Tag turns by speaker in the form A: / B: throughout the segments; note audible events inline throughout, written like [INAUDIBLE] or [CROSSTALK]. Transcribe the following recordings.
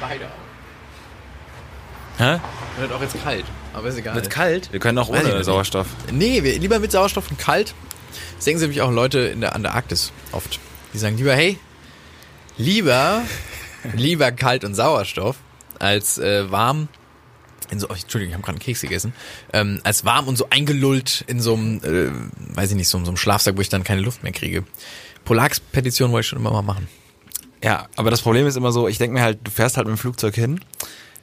A: beide auf.
B: Hä?
A: Wird auch jetzt kalt, aber ist egal.
B: Wird's kalt? Wir können auch
A: Weiß ich
B: ohne
A: nicht.
B: Sauerstoff.
A: Nee, wir, lieber mit Sauerstoff und kalt. Das denken sie nämlich auch Leute in der, an der Arktis oft. Die sagen lieber, hey,
B: [LAUGHS]
A: lieber, lieber kalt und Sauerstoff als äh, warm. In so, oh, Entschuldigung, ich habe gerade einen Keks gegessen. Ähm, als warm und so eingelullt in so einem, äh, weiß ich nicht, so, so einem Schlafsack, wo ich dann keine Luft mehr kriege. Polarexpedition wollte ich schon immer mal machen.
B: Ja, aber das Problem ist immer so, ich denke mir halt, du fährst halt mit dem Flugzeug hin.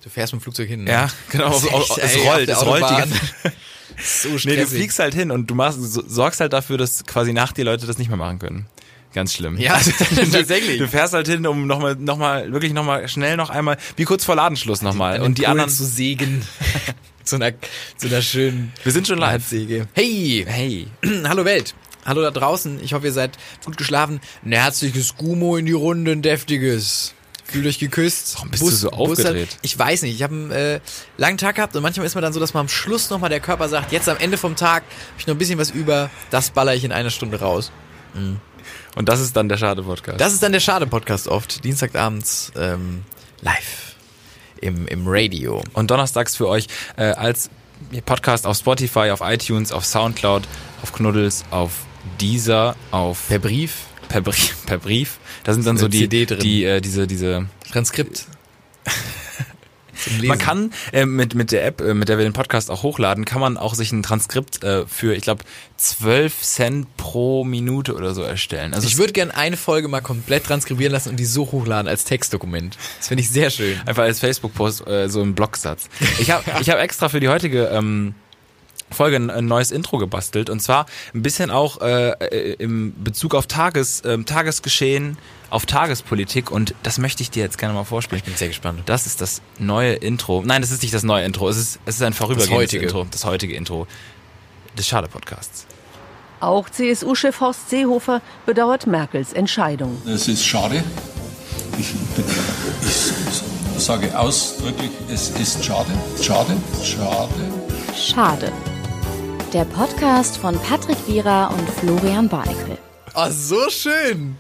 A: Du fährst mit dem Flugzeug hin. Ne?
B: Ja, genau.
A: Das ist
B: Auf- auf-
A: echt,
B: es
A: ey,
B: rollt,
A: auf
B: es
A: der
B: rollt die
A: Autobahn.
B: ganze
A: [LAUGHS] So
B: Nee, du
A: stressig.
B: fliegst halt hin und du machst, so- sorgst halt dafür, dass quasi nach dir Leute das nicht mehr machen können. Ganz schlimm. Also,
A: Ja, [LAUGHS]
B: du,
A: tatsächlich.
B: Du fährst halt hin, um nochmal, noch mal, wirklich nochmal schnell noch einmal, wie kurz vor Ladenschluss nochmal.
A: An
B: Und die
A: den Kohlen
B: anderen,
A: zu sägen. [LAUGHS] zu, einer, zu einer schönen
B: wir sind schon live.
A: Leitsäge. Hey! [CLEARS THROAT]
B: Hey.
A: Hallo Welt! Hallo da draußen. Ich hoffe, ihr seid gut geschlafen. Ein herzliches Gumo in die Runde, ein deftiges. Fühlt euch geküsst. Warum
B: bist du so aufgedreht?
A: ich weiß nicht. Ich habe einen äh, langen Tag gehabt und manchmal ist man dann so, dass man am Schluss nochmal der Körper sagt, jetzt am Ende vom Tag habe ich noch ein bisschen was über, das baller ich in einer Stunde raus.
B: Und das ist dann der schade Podcast.
A: Das ist dann der Schade-Podcast oft. Dienstagabends ähm, live im, im Radio.
B: und donnerstags für euch äh, als Podcast auf Spotify, auf iTunes, auf Soundcloud, auf Knuddels, auf Deezer, auf
A: Per Brief,
B: per, Brief, per Brief. Da sind dann
A: Eine
B: so die,
A: CD drin.
B: die äh, diese, diese [LAUGHS]
A: Transkript. Zum Lesen.
B: Man kann äh, mit, mit der App, äh, mit der wir den Podcast auch hochladen, kann man auch sich ein Transkript äh, für, ich glaube, 12 Cent pro Minute oder so erstellen. Also
A: Ich würde gerne eine Folge mal komplett transkribieren lassen und die so hochladen als Textdokument. Das finde ich sehr schön.
B: einfach als Facebook-Post äh, so ein Blogsatz.
A: [LAUGHS]
B: Ich habe ich hab extra für die heutige ähm, Folge ein, ein neues Intro gebastelt und zwar ein bisschen auch äh, äh, im Bezug auf Tages, ähm, Tagesgeschehen, auf Tagespolitik und das möchte ich dir jetzt gerne mal vorspielen.
A: Bin sehr gespannt.
B: Das ist das neue Intro. Nein, das ist nicht das neue Intro. Es ist, es ist ein vorübergehendes
A: heutige.
B: Intro. Das heutige Intro des Schade-Podcasts.
C: Auch CSU-Chef Horst Seehofer bedauert Merkels Entscheidung.
D: Es ist schade. Ich, [LAUGHS] ich sage ausdrücklich, es ist schade. Schade, schade.
E: Schade. Der Podcast von Patrick Wierer und Florian Barnikel.
A: Oh, so schön.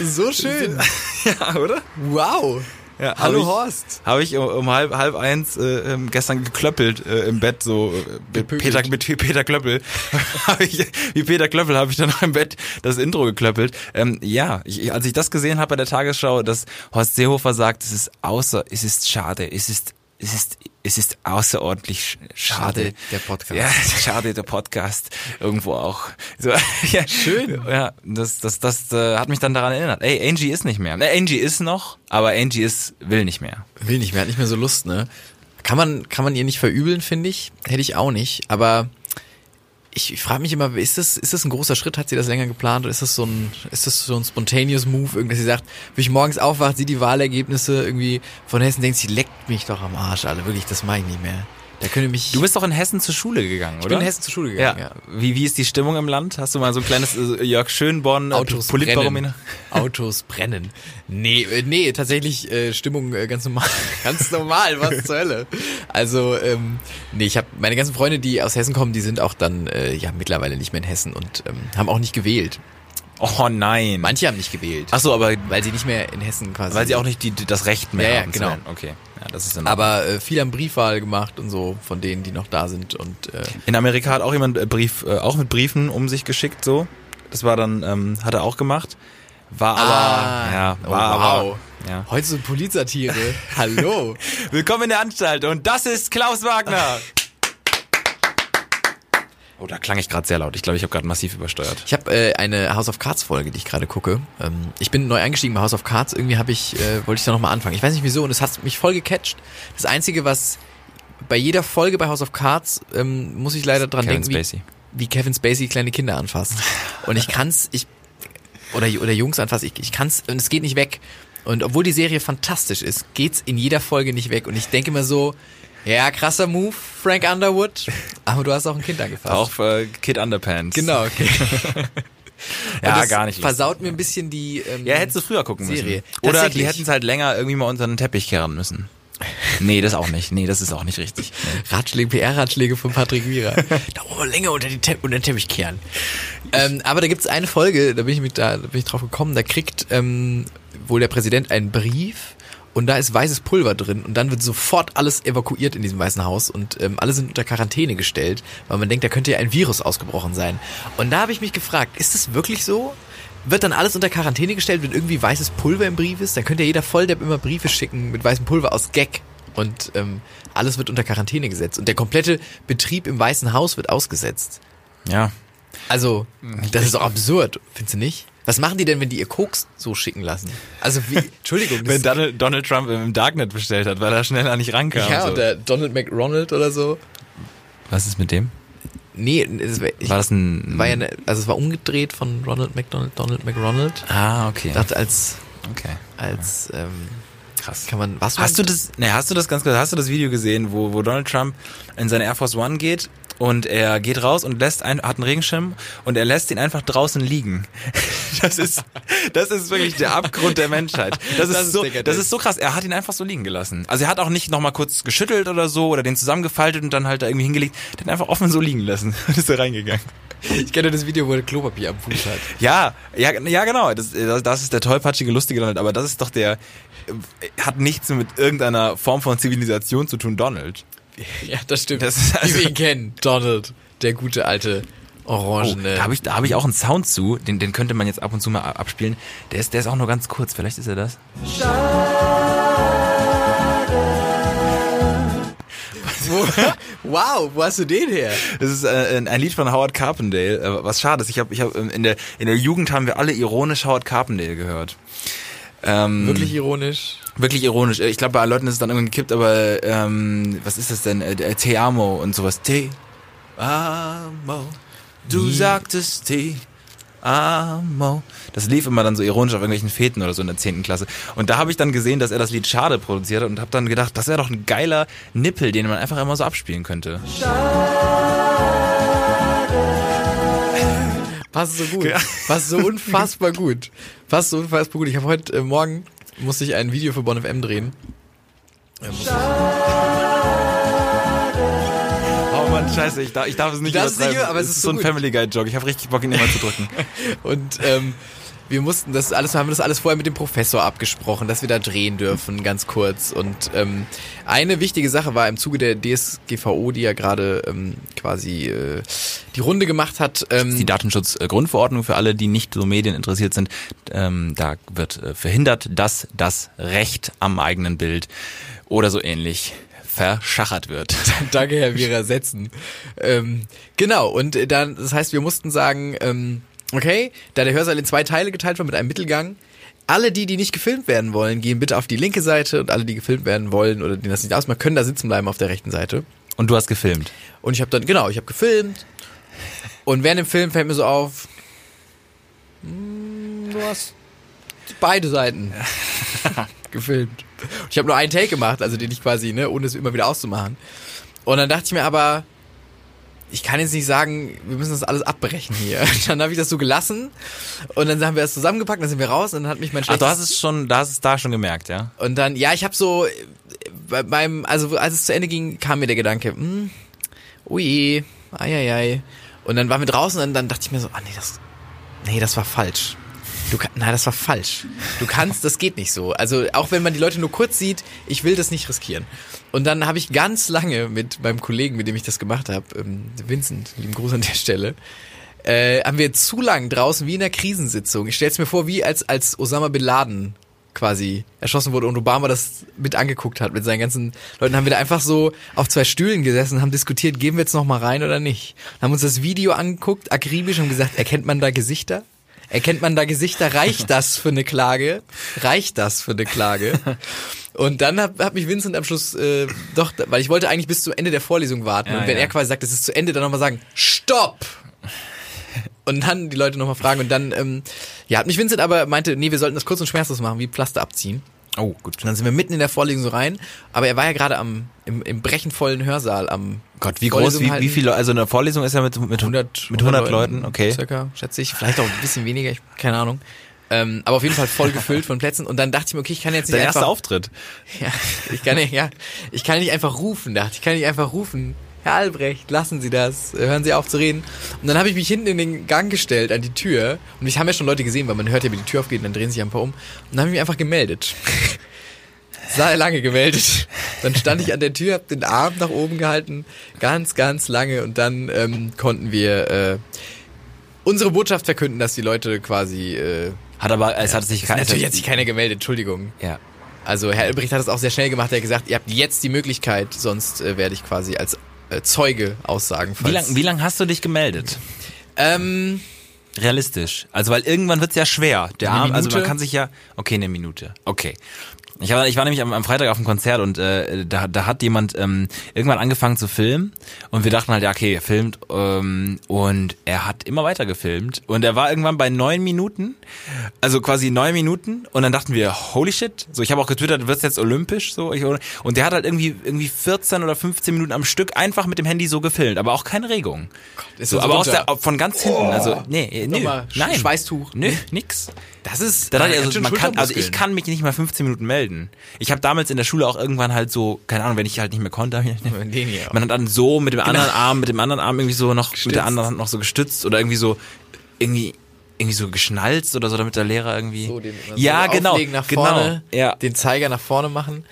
A: So
B: [LAUGHS]
A: schön.
B: Ja, oder?
A: Wow.
B: Ja,
A: Hallo
B: hab ich,
A: Horst.
B: Habe ich um, um halb, halb eins äh, ähm, gestern geklöppelt äh, im Bett, so äh, mit
A: Gepökelt.
B: Peter, mit Peter Klöppel. [LAUGHS] Hab ich, wie Peter Klöppel habe ich dann noch im Bett das Intro geklöppelt. Ähm, ja, ich, ich- als ich das gesehen habe bei der Tagesschau, dass Horst Seehofer sagt, es ist außer, es ist schade, es ist, es ist, es ist außerordentlich sch- schade.
A: Schade, der Podcast.
B: Ja, [LAUGHS] schade, der Podcast. Irgendwo auch. So, [LAUGHS] ja. Schön. Ja, das, das, das äh, hat mich dann daran erinnert. Ey, Angie ist nicht mehr. Ne, Angie ist noch, aber Angie ist, will nicht mehr.
A: Will nicht mehr, hat nicht mehr so Lust, ne? Kann man, kann man ihr nicht verübeln, finde ich. Hätte ich auch nicht. Aber ich, ich frage mich immer, ist das, ist das ein großer Schritt? Hat sie das länger geplant? Oder ist das so ein, ist das so ein spontaneous Move? Irgendwie, dass sie sagt, wenn ich morgens aufwacht, sieht die Wahlergebnisse irgendwie von Hessen, denkt sie, leckt mich doch am Arsch, alle. Wirklich, das mache ich nicht mehr. Da könnte mich.
B: Du bist doch in Hessen zur Schule gegangen, oder?
A: bin in Hessen zur Schule gegangen, ja.
B: Wie, wie ist die Stimmung im Land? Hast du mal so ein kleines äh, Jörg Schönborn äh,
A: Autos brennen.
B: Politbarometer?
A: [LAUGHS] Autos brennen. Nee, äh, nee, tatsächlich äh, Stimmung äh, ganz normal, [LAUGHS] ganz normal, was zur Hölle. Also ähm, nee, ich habe meine ganzen Freunde, die aus Hessen kommen, die sind auch dann äh, ja mittlerweile nicht mehr in Hessen und ähm, haben auch nicht gewählt.
B: Oh nein.
A: Manche haben nicht gewählt,
B: Ach so, aber
A: weil sie nicht mehr in Hessen quasi.
B: weil sie auch nicht die, die, das Recht mehr
A: Ja, ja,
B: haben. zu
A: genau.
B: wählen. Okay. Ja, das ist in Ordnung.
A: Aber äh, viel haben Briefwahl gemacht und so von denen, die noch da sind und äh,
B: In Amerika hat auch jemand äh, Brief, äh, auch mit Briefen um sich geschickt, so. Das war dann, ähm, hat er auch gemacht. War aber, ja,
A: oh,
B: war
A: wow.
B: aber, ja.
A: Heute so Polizatire.
B: [LAUGHS]
A: Hallo.
B: Willkommen in der Anstalt und das ist Klaus Wagner. [LAUGHS] Oh, da klang ich gerade sehr laut. Ich glaube, ich habe gerade massiv übersteuert.
A: Ich habe äh, eine House of Cards Folge, die ich gerade gucke. Ähm, ich bin neu eingestiegen bei House of Cards. Irgendwie habe ich äh, wollte ich da nochmal anfangen. Ich weiß nicht wieso und es hat mich voll gecatcht. Das einzige, was bei jeder Folge bei House of Cards ähm, muss ich leider dran
B: Kevin
A: denken, wie-
B: Spacey.
A: wie Kevin Spacey kleine Kinder anfasst. Und ich kann's, ich oder oder Jungs anfasst. Ich, ich kann's und es geht nicht weg. Und obwohl die Serie fantastisch ist, geht's in jeder Folge nicht weg. Und ich denke mir so, ja krasser Move, Frank Underwood. Aber du hast auch ein Kind angefasst.
B: Auch äh, Kid Underpants.
A: Genau. Okay.
B: Ja,
A: Und das
B: gar nicht.
A: Versaut mir ein bisschen die. Ähm,
B: ja, hättest du früher gucken
A: Serie.
B: müssen. Oder die
A: Tatsächlich.
B: hätten es halt länger irgendwie mal unter den Teppich kehren müssen. Nee, das auch nicht. Nee, das ist auch nicht richtig.
A: Ratschläge, PR-Ratschläge von Patrick
B: [LAUGHS]
A: Wierer. da wollen wir länger unter, die Te unter den Teppich kehren. Ähm, aber da gibt's eine Folge, da bin ich mit da, da bin ich drauf gekommen, da kriegt ähm, wohl der Präsident einen Brief und da ist weißes Pulver drin und dann wird sofort alles evakuiert in diesem Weißen Haus und ähm, alle sind unter Quarantäne gestellt, weil man denkt, da könnte ja ein Virus ausgebrochen sein. Und da habe ich mich gefragt, ist es wirklich so? Wird dann alles unter Quarantäne gestellt, wenn irgendwie weißes Pulver im Brief ist? Dann könnte ja jeder Volldepp immer Briefe schicken mit weißem Pulver aus Gag. Und ähm, alles wird unter Quarantäne gesetzt. Und der komplette Betrieb im Weißen Haus wird ausgesetzt.
B: Ja.
A: Also,
B: Mhm.
A: das ist doch absurd, findest du nicht? Was machen die denn, wenn die ihr Koks so schicken lassen? Also,
B: [LAUGHS]
A: wie, Entschuldigung. das-
B: Wenn Donald, Donald Trump im Darknet bestellt hat, weil er schneller nicht
A: [LAUGHS]
B: rankam.
A: ja,
B: und so.
A: oder Donald McRonald oder so.
B: Was ist mit dem?
A: Nee, es war, ich,
B: War das ein.
A: war ja, ne, also es war umgedreht von Ronald McDonald, Donald McRonald.
B: ah, okay.
A: Ich dachte, als,
B: okay.
A: als, ähm,
B: Krass.
A: kann man, was
B: Hast du das, nee, hast du das ganz kurz, hast du das Video gesehen, wo, wo Donald Trump in seine Air Force One geht und er geht raus und lässt ein, hat einen Regenschirm und er lässt ihn einfach draußen liegen. [LAUGHS] Das ist, das ist wirklich der Abgrund der Menschheit. Das ist,
A: Das ist
B: so,
A: dekadent.
B: das ist so krass. Er hat ihn einfach so liegen gelassen. Also er hat auch nicht nochmal kurz geschüttelt oder so oder den zusammengefaltet und dann halt da irgendwie hingelegt. Den einfach offen so liegen lassen. [LAUGHS] Dann ist er reingegangen.
A: ich kenne das Video, wo der Klopapier am Fuß
B: [LAUGHS]
A: hat.
B: Ja, ja, ja, genau. Das, das, das ist der tollpatschige, lustige Donald. Aber das ist doch der, äh, hat nichts mit irgendeiner Form von Zivilisation zu tun, Donald.
A: Ja, das stimmt.
B: Das ist
A: Wie
B: also-
A: wir ihn kennen, Donald, der gute alte
B: Oh,
A: orangene.
B: da habe ich, da hab ich auch einen Sound zu. Den, den könnte man jetzt ab und zu mal abspielen. Der ist, der ist auch nur ganz kurz. Vielleicht ist er das.
A: Wo- [LAUGHS] wow, wo hast du den her?
B: Das ist äh, ein, ein Lied von Howard Carpendale. äh, Was schade ist. Ich habe, ich hab, ähm, in, der, in der Jugend haben wir alle ironisch Howard Carpendale gehört. Ähm,
A: Wirklich ironisch.
B: Wirklich ironisch. Äh, Ich glaube, bei Leuten ist es dann irgendwann gekippt, aber ähm, was ist das denn? Äh, äh, Te amo und sowas. Te amo. Du sagtest Te amo. Das lief immer dann so ironisch auf irgendwelchen Feten oder so in der 10. Klasse. Und da habe ich dann gesehen, dass er das Lied Schade produziert hat und habe dann gedacht, das wäre doch ein geiler Nippel, den man einfach immer so abspielen könnte.
A: Passt so
B: Genau.
A: gut. Passt
B: [LAUGHS]
A: so unfassbar gut. Passt so unfassbar gut. Ich habe heute äh, Morgen, musste ich ein Video für Bonn FM drehen. Äh, muss-
B: Oh Mann, scheiße, ich darf, ich darf es nicht
A: Das ist nicht
B: übertreiben.
A: aber es
B: Es
A: ist
B: ist
A: so
B: so ein
A: gut.
B: Family Guy Joke. Ich habe richtig Bock, ihn immer zu drücken.
A: Und ähm, wir mussten das alles, haben das alles vorher mit dem Professor abgesprochen, dass wir da drehen dürfen, ganz kurz. Und ähm, eine wichtige Sache war im Zuge der DSGVO, die ja gerade ähm, quasi äh, die Runde gemacht hat. Ähm,
B: die Datenschutzgrundverordnung für alle, die nicht so Medien interessiert sind. Ähm, da wird äh, verhindert, dass das Recht am eigenen Bild oder so ähnlich
A: [LAUGHS]
B: verschachert wird.
A: Danke, Herr Wierer, setzen. Ähm, genau, und äh, dann, das heißt, wir mussten sagen, ähm, okay, da der Hörsaal in zwei Teile geteilt war mit einem Mittelgang, alle die, die nicht gefilmt werden wollen, gehen bitte auf die linke Seite und alle, die gefilmt werden wollen oder denen das nicht ausmacht, können da sitzen bleiben auf der rechten Seite.
B: Und du hast gefilmt.
A: Und ich habe dann, genau, ich habe gefilmt. Und während dem Film fällt mir so auf, mm, du hast beide
B: [LAUGHS]
A: Seiten gefilmt. Und ich habe nur einen Take gemacht, also den ich quasi, ne, ohne es immer wieder auszumachen. Und dann dachte ich mir aber, ich kann jetzt nicht sagen, wir müssen das alles abbrechen hier. [LAUGHS] Dann habe ich das so gelassen und dann haben wir das zusammengepackt, dann sind wir raus und dann hat mich mein
B: Ach, du
A: schlechtes
B: hast es schon, da hast es da schon gemerkt, ja?
A: und dann, ja, ich habe so äh, bei- beim, also als es zu Ende ging, kam mir der Gedanke, hm, ui, eieiei. Und dann waren wir draußen und dann dachte ich mir so, ah nee, das, nee, das war falsch. Du kann, nein, das war falsch. Du kannst, das geht nicht so. Also auch wenn man die Leute nur kurz sieht, ich will das nicht riskieren. Und dann habe ich ganz lange mit meinem Kollegen, mit dem ich das gemacht habe, ähm, Vincent, lieben Gruß an der Stelle, äh, haben wir zu lang draußen wie in einer Krisensitzung. Ich stell's mir vor, wie als als Osama bin Laden quasi erschossen wurde und Obama das mit angeguckt hat mit seinen ganzen Leuten haben wir da einfach so auf zwei Stühlen gesessen und haben diskutiert, gehen wir jetzt noch mal rein oder nicht. Dann haben uns das Video angeguckt, akribisch und gesagt, erkennt man da Gesichter? Erkennt man da Gesichter? Reicht das für eine Klage? Reicht das für eine Klage? Und dann hat, hat mich Vincent am Schluss äh, doch, weil ich wollte eigentlich bis zum Ende der Vorlesung warten
B: Ja,
A: und wenn
B: ja.
A: er quasi sagt, es ist zu Ende, dann nochmal sagen, stopp! Und dann die Leute nochmal fragen und dann, ähm, ja, hat mich Vincent aber meinte, nee, wir sollten das kurz und schmerzlos machen, wie Pflaster abziehen.
B: Oh, gut.
A: Und dann sind wir mitten in der Vorlesung so rein, aber er war ja gerade am, im, im brechenvollen Hörsaal am
B: Gott, wie groß,
A: Vorlesung
B: wie,
A: halten.
B: wie viele, also eine Vorlesung ist ja mit, mit 100, mit 100 Leuten, okay.
A: Circa, schätze ich. Vielleicht auch ein bisschen weniger, ich, keine Ahnung. Ähm, aber auf jeden Fall voll gefüllt von Plätzen. Und dann dachte ich mir, okay, ich kann jetzt nicht
B: Dein
A: einfach...
B: erster Auftritt.
A: Ja, ich kann nicht, ja, ich kann nicht einfach rufen, dachte ich, kann nicht einfach rufen. Herr Albrecht, lassen Sie das, äh, hören Sie auf zu reden. Und dann habe ich mich hinten in den Gang gestellt, an die Tür. Und mich haben ja schon Leute gesehen, weil man hört ja, wie die Tür aufgeht, und dann drehen sich ja ein paar um. Und dann habe ich mich einfach gemeldet. [LAUGHS] sehr lange gemeldet. Dann stand ich an der Tür, hab den Arm nach oben gehalten, ganz, ganz lange und dann ähm, konnten wir äh, unsere Botschaft verkünden, dass die Leute quasi äh,
B: Hat aber, es hat sich
A: es
B: kein-
A: natürlich hat sich keiner gemeldet, Entschuldigung.
B: Ja.
A: Also Herr Elbricht hat das auch sehr schnell gemacht, er hat gesagt, ihr habt jetzt die Möglichkeit, sonst äh, werde ich quasi als äh, Zeuge aussagen.
B: Wie
A: falls-
B: lang, wie lang hast du dich gemeldet?
A: Ähm,
B: Realistisch. Also, weil irgendwann wird's ja schwer. Der
A: Eine
B: Arm, also man
A: Minute?
B: kann sich ja. Okay, eine Minute. Okay. Ich war, ich war nämlich am, am Freitag auf dem Konzert und äh, da, da hat jemand ähm, irgendwann angefangen zu filmen und wir dachten halt, ja, okay, er filmt ähm, und er hat immer weiter gefilmt und er war irgendwann bei neun Minuten, also quasi neun Minuten und dann dachten wir, holy shit, so ich habe auch getwittert, wird's jetzt olympisch so ich, und der hat halt irgendwie irgendwie 14 oder 15 Minuten am Stück einfach mit dem Handy so gefilmt, aber auch keine Regung.
A: ist
B: so,
A: das
B: aber aus
A: runter.
B: der, von ganz hinten, also nee, nö,
A: Nochmal Sch-
B: nein,
A: Schweißtuch.
B: nö, nix.
A: das ist
B: Da dachte ich,
A: ganz
B: also,
A: schön
B: man kann, also ich
A: Schultermuskeln.
B: kann mich nicht mal 15 Minuten melden. Ich habe damals in der Schule auch irgendwann halt so, keine Ahnung, wenn ich halt nicht mehr konnte, hab ich-
A: Den hier auch.
B: man hat dann so mit dem anderen Arm, mit dem anderen Arm irgendwie so noch mit der
A: Gestützt.
B: anderen Hand noch so gestützt oder irgendwie so irgendwie irgendwie so geschnalzt oder so, damit der Lehrer irgendwie
A: So, den, also
B: ja genau
A: Auflegen nach vorne,
B: genau ja Oh,
A: den Zeiger nach vorne machen.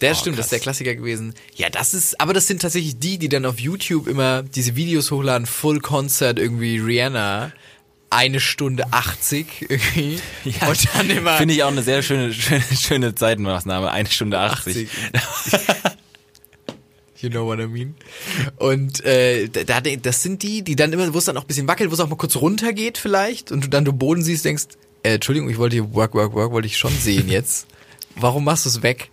A: Der stimmt, das
B: krass.
A: ist der Klassiker gewesen. Ja, das ist, aber das sind tatsächlich die, die dann auf YouTube immer diese Videos hochladen, Full Concert irgendwie Rihanna, eine Stunde 80 irgendwie.
B: ja,
A: und dann immer.
B: [LAUGHS] finde ich auch eine sehr schöne schöne, schöne Zeitmaßnahme eine Stunde 80.
A: [LAUGHS] You know what I mean? Und äh, da, da- das sind die, die dann immer, wo es dann auch ein bisschen wackelt, wo es auch mal kurz runtergeht vielleicht und du dann du Boden siehst, denkst, äh, Entschuldigung, ich wollte hier Work, Work, Work, wollte ich schon sehen jetzt.
B: [LAUGHS]
A: Warum machst du es weg?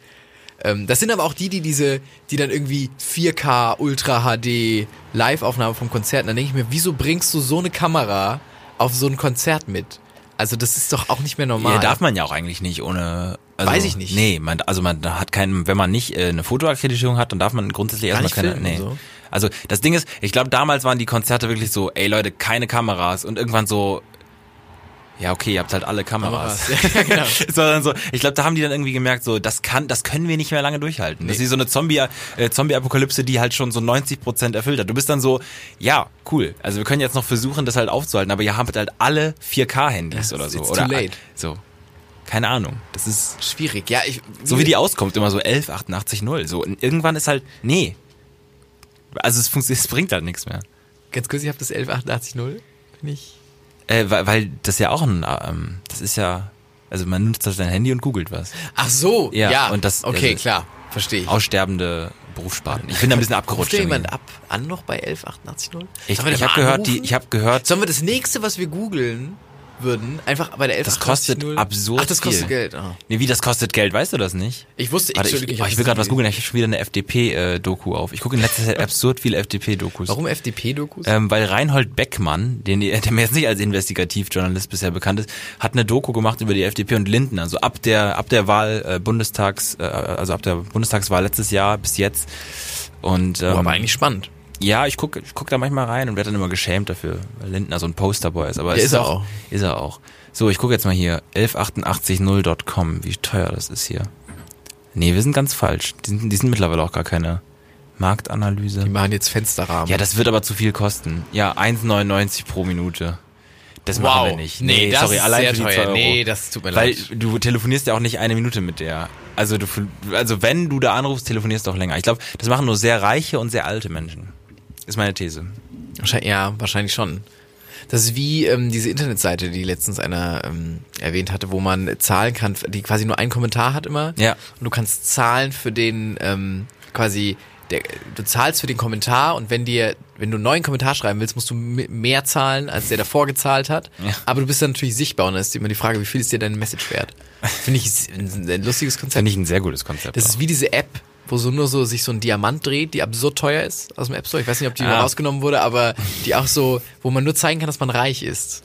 A: Ähm, das sind aber auch die, die diese, die dann irgendwie 4K, Ultra HD, Live-Aufnahme vom Konzert, dann denke ich mir, wieso bringst du so eine Kamera auf so ein Konzert mit? Also das ist doch auch nicht mehr normal.
B: Ja, darf man ja auch eigentlich nicht ohne. Also,
A: Weiß ich nicht.
B: Nee, man, also man hat keinen, wenn man nicht äh, eine Fotoakkreditierung hat, dann darf man grundsätzlich
A: Gar
B: erstmal
A: nicht
B: keine.
A: filmen,
B: nee.
A: so.
B: Also das Ding ist, ich glaube, damals waren die Konzerte wirklich so, ey Leute, keine Kameras und irgendwann so. Ja, okay, ihr habt halt
A: [LAUGHS]
B: alle [LAUGHS] Kameras.
A: Kameras, ja, genau.
B: Sondern so, ich glaube, da haben die dann irgendwie gemerkt, so, das kann, das können wir nicht mehr lange durchhalten. Das ist wie so eine Zombie, äh, Zombie-Apokalypse, die halt schon so 90 Prozent erfüllt hat. Du bist dann so, ja, cool. Also wir können jetzt noch versuchen, das halt aufzuhalten, aber ihr habt halt alle 4K-Handys
A: Ja,
B: oder
A: it's-
B: so.
A: it's
B: oder
A: too late.
B: so. Keine Ahnung. Das ist
A: Schwierig, ja. Ich,
B: so wie die auskommt, immer so 11, 88, 0. So, und irgendwann ist halt, nee. Also es, funktioniert, es bringt halt nichts mehr.
A: Ganz kurz, ich habe das 11880, bin ich.
B: Äh, weil, weil das ja auch ein, ähm, das ist ja, also man nutzt halt sein Handy und googelt was.
A: Ach so,
B: Ja,
A: ja.
B: und das-
A: okay,
B: also-
A: klar, verstehe ich.
B: Aussterbende Berufssparten. Ich bin da ein
A: [LAUGHS]
B: bisschen abgerutscht.
A: Ruft dir jemand
B: irgendwie.
A: ab an noch bei 11880?
B: Ich,
A: Sollen wir
B: ich
A: das
B: habe
A: mal
B: gehört, die,
A: anrufen?
B: ich habe gehört,
A: Sollen wir das nächste, was wir googeln würden, einfach bei der 11880?
B: das kostet absurd
A: Ach, das kostet
B: viel.
A: Geld. ah.
B: Nee, wie das kostet Geld, weißt du das nicht?
A: Ich wusste,
B: Warte, ich,
A: Entschuldigung,
B: oh,
A: hab
B: ich
A: das
B: will gerade
A: nicht
B: was googeln. Ich habe schon wieder eine FDP-Doku äh, auf. Ich gucke in letzter
A: [LAUGHS]
B: Zeit absurd viele FDP-Dokus.
A: Warum FDP-Dokus?
B: Ähm, weil Reinhold Beckmann, den, der mir jetzt nicht als Investigativjournalist bisher bekannt ist, hat eine Doku gemacht über die FDP und Lindner. Also ab der ab der Wahl äh, Bundestags, äh, also ab der Bundestagswahl letztes Jahr bis jetzt. Und ähm,
A: Boah, Oh, aber eigentlich spannend.
B: ja, ich guck, ich guck da manchmal rein und werde dann immer geschämt dafür, weil Lindner so ein Posterboy ist. Aber
A: Ja,
B: es
A: ist er auch.
B: Ist er auch. So, ich gucke jetzt mal hier 11880.com, wie teuer das ist hier. Nee, wir sind ganz falsch. Die sind, die sind mittlerweile auch gar keine Marktanalyse.
A: Die machen jetzt Fensterrahmen.
B: Ja, das wird aber zu viel kosten. Ja, 1,99 pro Minute. Das machen wir nicht.
A: Nee, das
B: sorry,
A: ist
B: allein
A: sehr
B: für die
A: teuer.
B: 2 Euro.
A: Nee, das tut mir
B: Weil
A: leid.
B: du telefonierst ja auch nicht eine Minute mit der. Also du, also wenn du da anrufst, telefonierst du auch länger. Ich glaube, das machen nur sehr reiche und sehr alte Menschen. Ist meine These.
A: Wahrscheinlich, ja, wahrscheinlich schon. Das ist wie ähm, diese Internetseite, die letztens einer ähm, erwähnt hatte, wo man zahlen kann, die quasi nur einen Kommentar hat immer.
B: Ja.
A: Und du kannst zahlen für den ähm, quasi, der, du zahlst für den Kommentar und wenn dir, wenn du einen neuen Kommentar schreiben willst, musst du m- mehr zahlen, als der davor gezahlt hat.
B: Ja.
A: Aber du bist dann natürlich sichtbar und dann ist immer die Frage, wie viel ist dir deine Message wert? Finde ich s- ein, ein lustiges Konzept.
B: Finde ich ein sehr gutes Konzept.
A: Das ist wie diese App, wo so nur so sich so ein Diamant dreht, die absurd teuer ist aus dem App Store. Ich weiß nicht, ob die
B: Ah.
A: rausgenommen wurde, aber die auch so, wo man nur zeigen kann, dass man reich ist.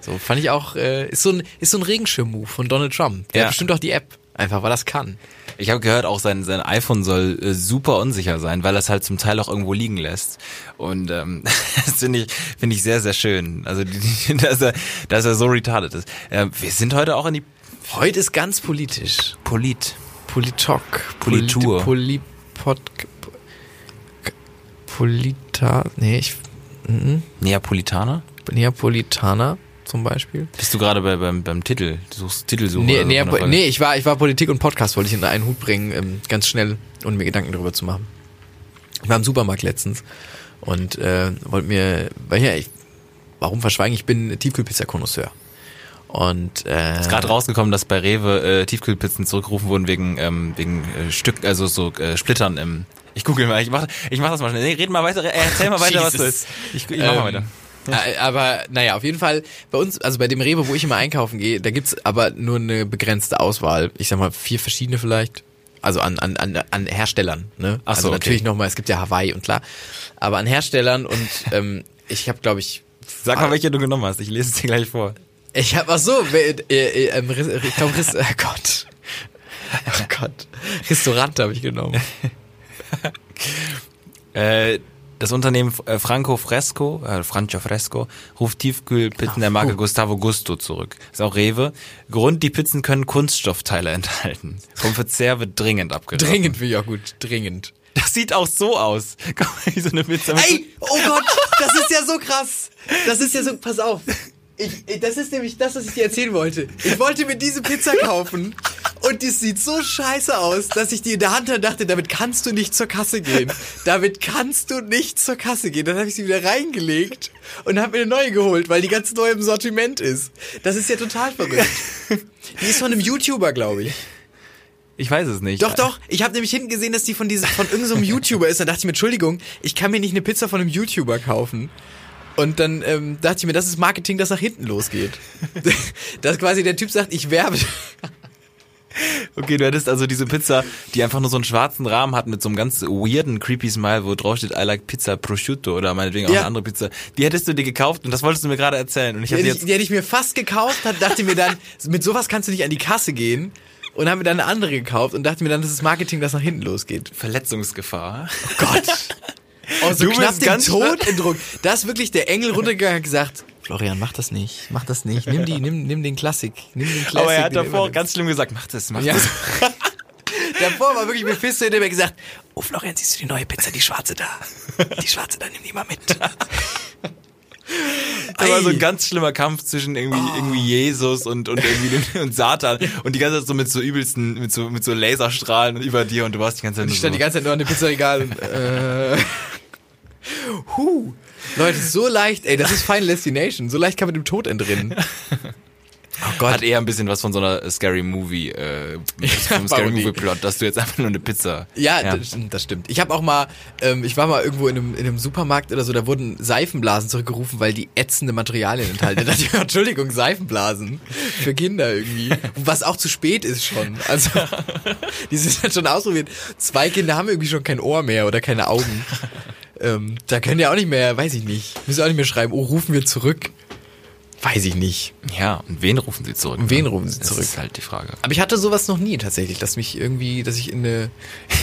A: So fand ich auch, äh, ist so ein, ist so ein Regenschirm-Move von Donald Trump. Der
B: Ja.
A: hat bestimmt auch die App. Einfach, weil das kann.
B: Ich habe gehört, auch sein, sein iPhone soll äh, super unsicher sein, weil er es halt zum Teil auch irgendwo liegen lässt. Und ähm, [LAUGHS] das finde ich, finde ich sehr, sehr schön. Also, [LAUGHS] die- die- dass er, dass er so retarded ist. Ähm, wir sind heute auch in die
A: Heute ist ganz politisch.
B: Polit.
A: Politok.
B: Politur.
A: Poli, Polipod, Polita, nee, ich,
B: Neapolitaner?
A: Neapolitaner. zum Beispiel.
B: Bist du gerade bei, beim, beim Titel? Du suchst Titelsuche?
A: Nee,
B: oder so
A: nee,
B: eine Frage?
A: nee ich, war, ich war Politik und Podcast, wollte ich in einen Hut bringen, ähm, ganz schnell und mir Gedanken darüber zu machen. Ich war im Supermarkt letztens und äh, wollte mir, weil ja, ich, warum verschweigen, ich bin Tiefkühlpizza-Konnoisseur. Und äh,
B: Ist gerade rausgekommen, dass bei Rewe äh, Tiefkühlpizzen zurückgerufen wurden wegen, ähm, wegen äh, Stück, also so äh, Splittern im. Ich google mal, ich mach, ich mach das mal schnell. Nee, red mal weiter, äh, erzähl mal weiter, was du
A: Jesus.
B: ist. Ich, ich mach mal weiter.
A: Ähm, äh, Aber naja, auf jeden Fall, bei uns, also bei dem Rewe, wo ich immer einkaufen gehe, da gibt's aber nur eine begrenzte Auswahl. Ich sag mal, vier verschiedene vielleicht. Also an, an, an, an Herstellern, ne?
B: Ach so,
A: also
B: okay.
A: natürlich nochmal, es gibt ja Hawaii und klar. Aber an Herstellern
B: [LAUGHS]
A: und ähm, ich habe, glaube ich,
B: Sag
A: äh,
B: mal, welche du genommen hast. Ich lese es dir gleich vor.
A: ich habe ach so, we- äh, äh, ähm, Ris- ich glaube, Riss, oh
B: [LAUGHS]
A: Gott. Oh Gott. Restaurant habe ich
B: [LAUGHS]
A: genommen.
B: Äh, das Unternehmen äh, Franco Fresco, äh, Franco Fresco, ruft Tiefkühlpizzen der Marke Gustavo Gusto zurück. Ist auch Rewe. Grund, die Pizzen können Kunststoffteile enthalten. Vom Verzehr wird dringend abgeraten.
A: Dringend will ich auch gut, dringend.
B: Das sieht auch so aus. Guck mal, wie so eine Pizza. mit-
A: Ey, oh Gott, das ist ja so krass. Das ist ja so, pass auf. Ich, ich- das ist nämlich das, was ich dir erzählen wollte. Ich wollte mir diese Pizza kaufen und die sieht so scheiße aus, dass ich die in der Hand hatte und dachte, damit kannst du nicht zur Kasse gehen. Damit kannst du nicht zur Kasse gehen. Dann habe ich sie wieder reingelegt und habe mir eine neue geholt, weil die ganz neu im Sortiment ist. Das ist ja total verrückt. Die ist von einem YouTuber, glaube ich.
B: Ich weiß es nicht.
A: Doch, doch. Ich habe nämlich hinten gesehen, dass die von diesem, von
B: [LAUGHS]
A: irgendeinem YouTuber ist. Dann dachte ich mir, Entschuldigung, ich kann mir nicht eine Pizza von einem YouTuber kaufen. Und dann ähm, dachte ich mir, das ist Marketing, das nach hinten
B: [LAUGHS]
A: losgeht. dass quasi der Typ sagt, ich werbe.
B: Okay, du hättest also diese Pizza, die einfach nur so einen schwarzen Rahmen hat mit so einem ganz weirden, creepy Smile, wo drauf steht, I like Pizza Prosciutto oder meinetwegen auch
A: Ja.
B: eine andere Pizza. Die hättest du dir gekauft und das wolltest du mir gerade erzählen. Und ich
A: Die
B: habe
A: hätte
B: jetzt
A: ich, die hätte ich mir fast gekauft, hat, dachte mir dann, mit sowas kannst du nicht an die Kasse gehen. Und habe mir dann eine andere gekauft und dachte mir dann, das ist Marketing, das nach hinten losgeht.
B: Verletzungsgefahr.
A: Gott. [LAUGHS] Oh, so
B: Du
A: knapp
B: bist
A: den
B: ganz
A: Tod
B: [LAUGHS]
A: in Druck. Da ist wirklich der Engel runtergegangen und gesagt, Florian, mach das nicht, mach das nicht. Nimm, die, nimm, nimm den Klassik. Nimm den Klassik.
B: Aber er hat
A: den
B: davor
A: Übernimmst.
B: ganz schlimm gesagt, mach das, mach
A: Ja.
B: das.
A: [LAUGHS] davor war wirklich Mephisto, der mir gesagt, oh Florian, siehst du die neue Pizza, die schwarze da? Die schwarze [LAUGHS] da, nimm die mal mit.
B: Das war so
A: Ei.
B: ein ganz schlimmer Kampf zwischen irgendwie,
A: Oh.
B: irgendwie Jesus und, und irgendwie den, und Satan. Und die ganze Zeit so mit so übelsten, mit so, mit so Laserstrahlen über dir und du warst die ganze Zeit
A: Ich
B: nur so.
A: stand die ganze Zeit nur an dem [LAUGHS] Pizzaregal. und, Äh, huh. Leute, so leicht, ey, das ist Final Destination. So leicht kann man dem Tod [LAUGHS] entrinnen. Oh Gott.
B: hat eher ein bisschen was von so einer Scary
A: [LAUGHS]
B: Movie, äh, vom Scary
A: Parodie.
B: Movie Plot, dass du jetzt einfach nur eine Pizza.
A: Ja, Das, stimmt, das stimmt. Ich habe auch mal, ähm, ich war mal irgendwo in einem, in einem Supermarkt oder so, da wurden Seifenblasen zurückgerufen, weil die ätzende Materialien enthalten. Da dachte ich, mir, Entschuldigung, Seifenblasen für Kinder irgendwie. Was auch zu spät ist schon. Also, die sind halt schon ausprobiert. Zwei Kinder haben irgendwie schon kein Ohr mehr oder keine Augen. Ähm, da können die auch nicht mehr, weiß ich nicht, müssen auch nicht mehr schreiben, oh, rufen wir zurück. Weiß ich nicht.
B: Ja, und wen rufen sie zurück?
A: Und wen rufen sie
B: das
A: zurück?
B: Das ist halt die Frage.
A: Aber ich hatte sowas noch nie tatsächlich, dass mich irgendwie, dass ich in eine,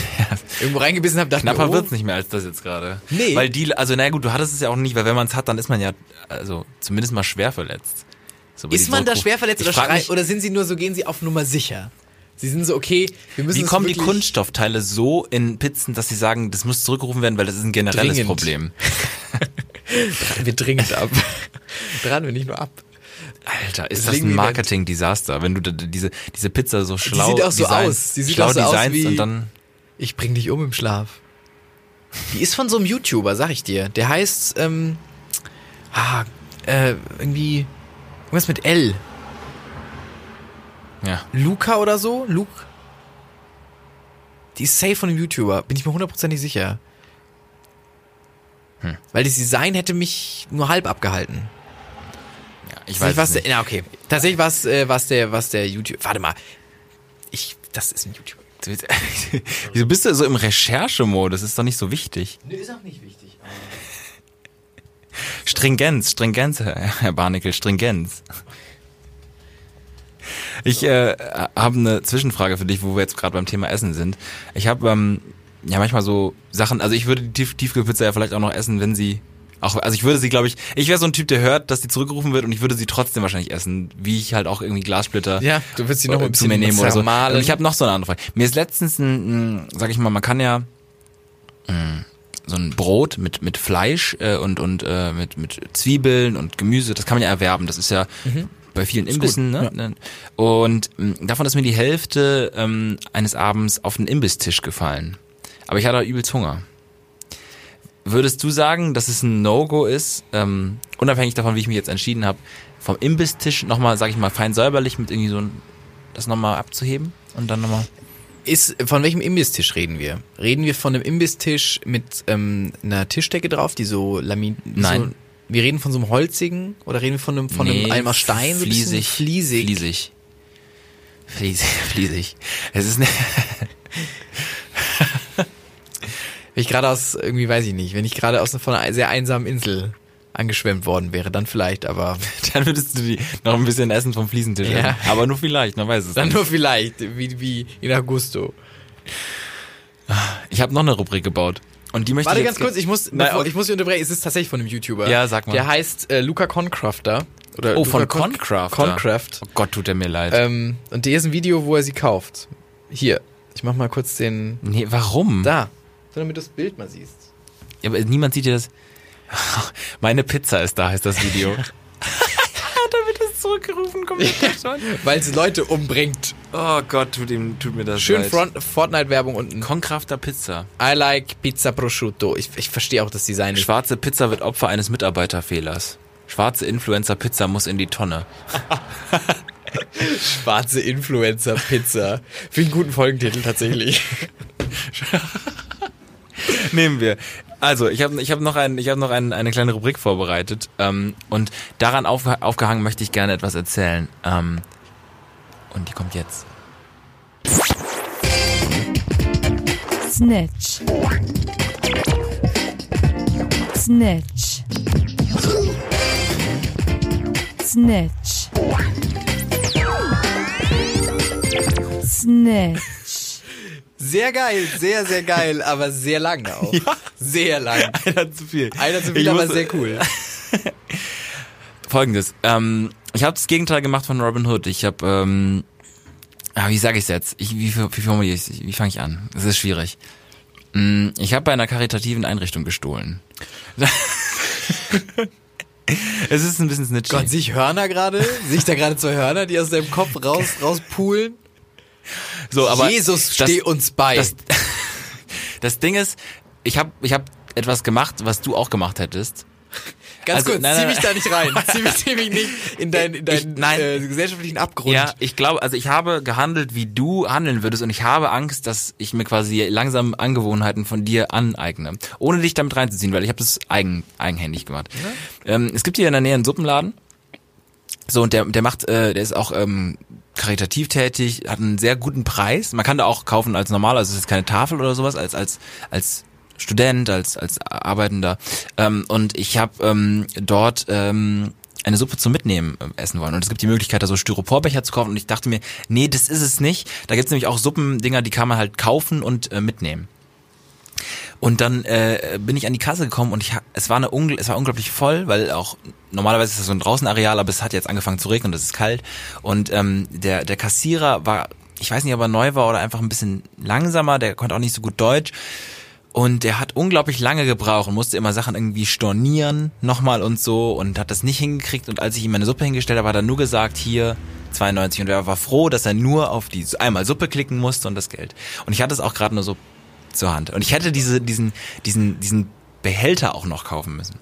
A: [LAUGHS] irgendwo reingebissen habe, dachte
B: Knapper
A: mir, oh,
B: wird's nicht mehr als das jetzt gerade.
A: Nee.
B: Weil die, also naja gut, du hattest es ja auch nicht, weil wenn man es hat, dann ist man ja, also zumindest mal schwer verletzt. So, bei
A: Ist
B: diesem
A: man da
B: Rückruf.
A: schwer verletzt
B: Ich
A: oder,
B: frag
A: schrei-
B: mich,
A: oder sind sie nur so, gehen sie auf Nummer sicher? Sie sind so, okay, wir müssen
B: Wie
A: es
B: kommen die
A: wirklich-
B: Kunststoffteile so in Pizzen, dass sie sagen, das muss zurückgerufen werden, weil das ist ein generelles
A: Dringend.
B: Problem?
A: [LAUGHS] Wir dringend
B: [LAUGHS]
A: ab. Dran wir nicht nur ab.
B: Alter, ist
A: Das
B: das
A: legen
B: ein
A: die Wand.
B: Marketing-Desaster, wenn du da- diese, diese Pizza so schlau
A: sieht auch so
B: designs-
A: aus. Die sieht
B: schlau
A: auch so aus
B: designs
A: wie-
B: und dann
A: Ich bring dich um im Schlaf. Die ist von so einem YouTuber, sag ich dir. Der heißt, ähm, ah, äh, irgendwie, irgendwas mit L.
B: ja.
A: Luca oder so? Luke? Die ist safe von einem YouTuber, bin ich mir hundertprozentig sicher.
B: Hm.
A: Weil das Design hätte mich nur halb abgehalten.
B: ja, ich
A: Weiß
B: weiß
A: was
B: es nicht.
A: Der, na okay. Tatsächlich was äh, was der was der YouTube. Warte mal. Ich das ist ein YouTube.
B: Du willst- [LAUGHS] Wieso bist du so im Recherchemodus? Ist doch nicht so wichtig.
A: Nee, ist auch nicht wichtig.
B: Stringenz, Stringenz, Herr Herr Barnickel, Stringenz. Ich äh, habe eine Zwischenfrage für dich, wo wir jetzt gerade beim Thema Essen sind. Ich habe ähm, ja manchmal so Sachen, also ich würde die Tief Tiefkühlpizza ja vielleicht auch noch essen, wenn sie auch, also ich würde sie, glaube ich, ich wäre so ein Typ, der hört, dass die zurückgerufen wird und ich würde sie trotzdem wahrscheinlich essen, wie ich halt auch irgendwie Glassplitter
A: Ja, du willst sie noch ein
B: zu mir
A: bisschen
B: nehmen oder so.
A: zermahlen.
B: Und ich habe noch so eine andere Frage. Mir ist letztens ein, ein sag ich mal, man kann ja so ein Brot mit, mit Fleisch äh, und, und äh, mit, mit Zwiebeln und Gemüse. Das kann man ja erwerben. Das ist ja bei vielen Imbissen.
A: gut,
B: ne? Und mh, davon ist mir die Hälfte ähm, eines Abends auf den Imbistisch gefallen. Aber ich hatte übelst Hunger. Würdest du sagen, dass es ein No-Go ist, ähm, unabhängig davon, wie ich mich jetzt entschieden habe, vom Imbistisch nochmal, sag ich mal, fein säuberlich mit irgendwie so ein, das nochmal abzuheben und dann nochmal.
A: Ist, von welchem Imbistisch reden wir? Reden wir von einem Imbistisch mit ähm, einer Tischdecke drauf, die so Lamin...
B: Nein.
A: So, wir reden von so einem holzigen oder reden wir von einem, von einem Eimer Stein? So ein bisschen
B: fliesig,
A: Fliesig.
B: Fliesig. Fliesig. [LAUGHS] Fliesig. Es ist ne [LAUGHS]
A: Wenn ich gerade aus, irgendwie weiß ich nicht, wenn ich gerade aus von einer sehr einsamen Insel angeschwemmt worden wäre, dann vielleicht, aber [LAUGHS]
B: dann würdest du die noch ein bisschen Essen vom Fliesentisch
A: Ja.
B: essen. Aber nur vielleicht, man weiß es
A: dann
B: nicht.
A: nur vielleicht, wie, wie in Augusto.
B: Ich habe noch eine Rubrik gebaut. Und die möchte
A: Warte
B: ich
A: ganz
B: jetzt
A: kurz, ich muss,
B: Nein,
A: bevor,
B: okay.
A: ich muss mich unterbrechen, es ist tatsächlich von einem YouTuber.
B: Ja, sag mal.
A: Der heißt äh, Luca Concrafter. Oder
B: Oh, von
A: Luca Con-
B: Concraft.
A: Concraft.
B: Oh Gott, tut er mir leid.
A: Ähm, und hier ist ein Video, wo er sie kauft. Hier, ich mach mal kurz den.
B: nee, warum?
A: Da. So, damit du das Bild mal siehst.
B: Ja, aber niemand sieht dir das. [LAUGHS] Meine Pizza ist da, heißt das Video.
A: [LAUGHS]
B: Damit es zurückgerufen kommt.
A: Weil es Leute umbringt.
B: Oh Gott, tut, ihm, tut mir das
A: Schön
B: leid.
A: Front- Fortnite-Werbung unten.
B: Konkrafter Pizza.
A: I like Pizza Prosciutto. Ich, ich verstehe auch das Design nicht.
B: Schwarze Pizza wird Opfer eines Mitarbeiterfehlers. Schwarze Influencer-Pizza muss in die Tonne.
A: Schwarze [LAUGHS] Influencer-Pizza. Für einen guten Folgentitel tatsächlich.
B: Nehmen wir. Also, ich habe ich hab noch, ein, ich hab noch ein, eine kleine Rubrik vorbereitet. Ähm, und daran auf, aufgehangen möchte ich gerne etwas erzählen. Ähm, und die kommt jetzt.
F: Snitch. Snitch. Snitch. Snitch.
A: Sehr geil, sehr, sehr geil, aber sehr lang [LAUGHS] auch. Sehr lang.
B: Einer zu viel.
A: Einer zu viel, aber sehr cool.
B: Folgendes. Ähm, ich habe das Gegenteil gemacht von Robin Hood. Ich habe, ähm, ah, wie sage ich es jetzt? Ich, wie wie formuliere ich Wie fange ich an? Es ist schwierig. Mm, Ich habe bei einer karitativen Einrichtung gestohlen. [LAUGHS] es ist ein bisschen
A: [LAUGHS]
B: snitchy.
A: Gott, sehe ich Hörner gerade? Sehe ich da gerade zwei Hörner, die aus deinem Kopf raus, rauspulen?
B: so,
A: Jesus,
B: das-
A: steh uns bei.
B: Das, das Ding ist, ich habe ich hab etwas gemacht, was du auch gemacht hättest.
A: Ganz
B: also,
A: kurz,
B: nein,
A: zieh
B: nein,
A: mich da nicht rein.
B: [LAUGHS]
A: zieh, mich, zieh mich nicht in deinen, in
B: Ich-
A: deinen
B: nein.
A: äh, gesellschaftlichen Abgrund.
B: Ja, ich glaube, also ich habe gehandelt, wie du handeln würdest und ich habe Angst, dass ich mir quasi langsam Angewohnheiten von dir aneigne, ohne dich damit reinzuziehen, weil ich habe das eigen, eigenhändig gemacht. Ähm, es gibt hier in der Nähe einen Suppenladen. So und der der macht äh, der ist auch ähm, karitativ tätig, hat einen sehr guten Preis. Man kann da auch kaufen als normal, also es ist keine Tafel oder sowas, als als als Student, als als Arbeitender. Ähm, und ich habe ähm, dort ähm, eine Suppe zum Mitnehmen ähm, essen wollen. Und es gibt die Möglichkeit, da so Styroporbecher zu kaufen. Und ich dachte mir, nee, das ist es nicht. Da gibt's nämlich auch Suppendinger, die kann man halt kaufen und äh, mitnehmen. Und dann äh, bin ich an die Kasse gekommen und ich ha- es war eine ungl es war unglaublich voll, weil auch normalerweise ist das so ein Draußenareal, aber es hat jetzt angefangen zu regnen und es ist kalt und ähm, der der Kassierer war ich weiß nicht, ob er neu war oder einfach ein bisschen langsamer, der konnte auch nicht so gut Deutsch und der hat unglaublich lange gebraucht und musste immer Sachen irgendwie stornieren nochmal und so und hat das nicht hingekriegt und als ich ihm meine Suppe hingestellt habe, hat er nur gesagt, hier 92 und er war froh, dass er nur auf die einmal Suppe klicken musste und das Geld. Und ich hatte es auch gerade nur so zur Hand. Und ich hätte diese, diesen, diesen, diesen Behälter auch noch kaufen müssen.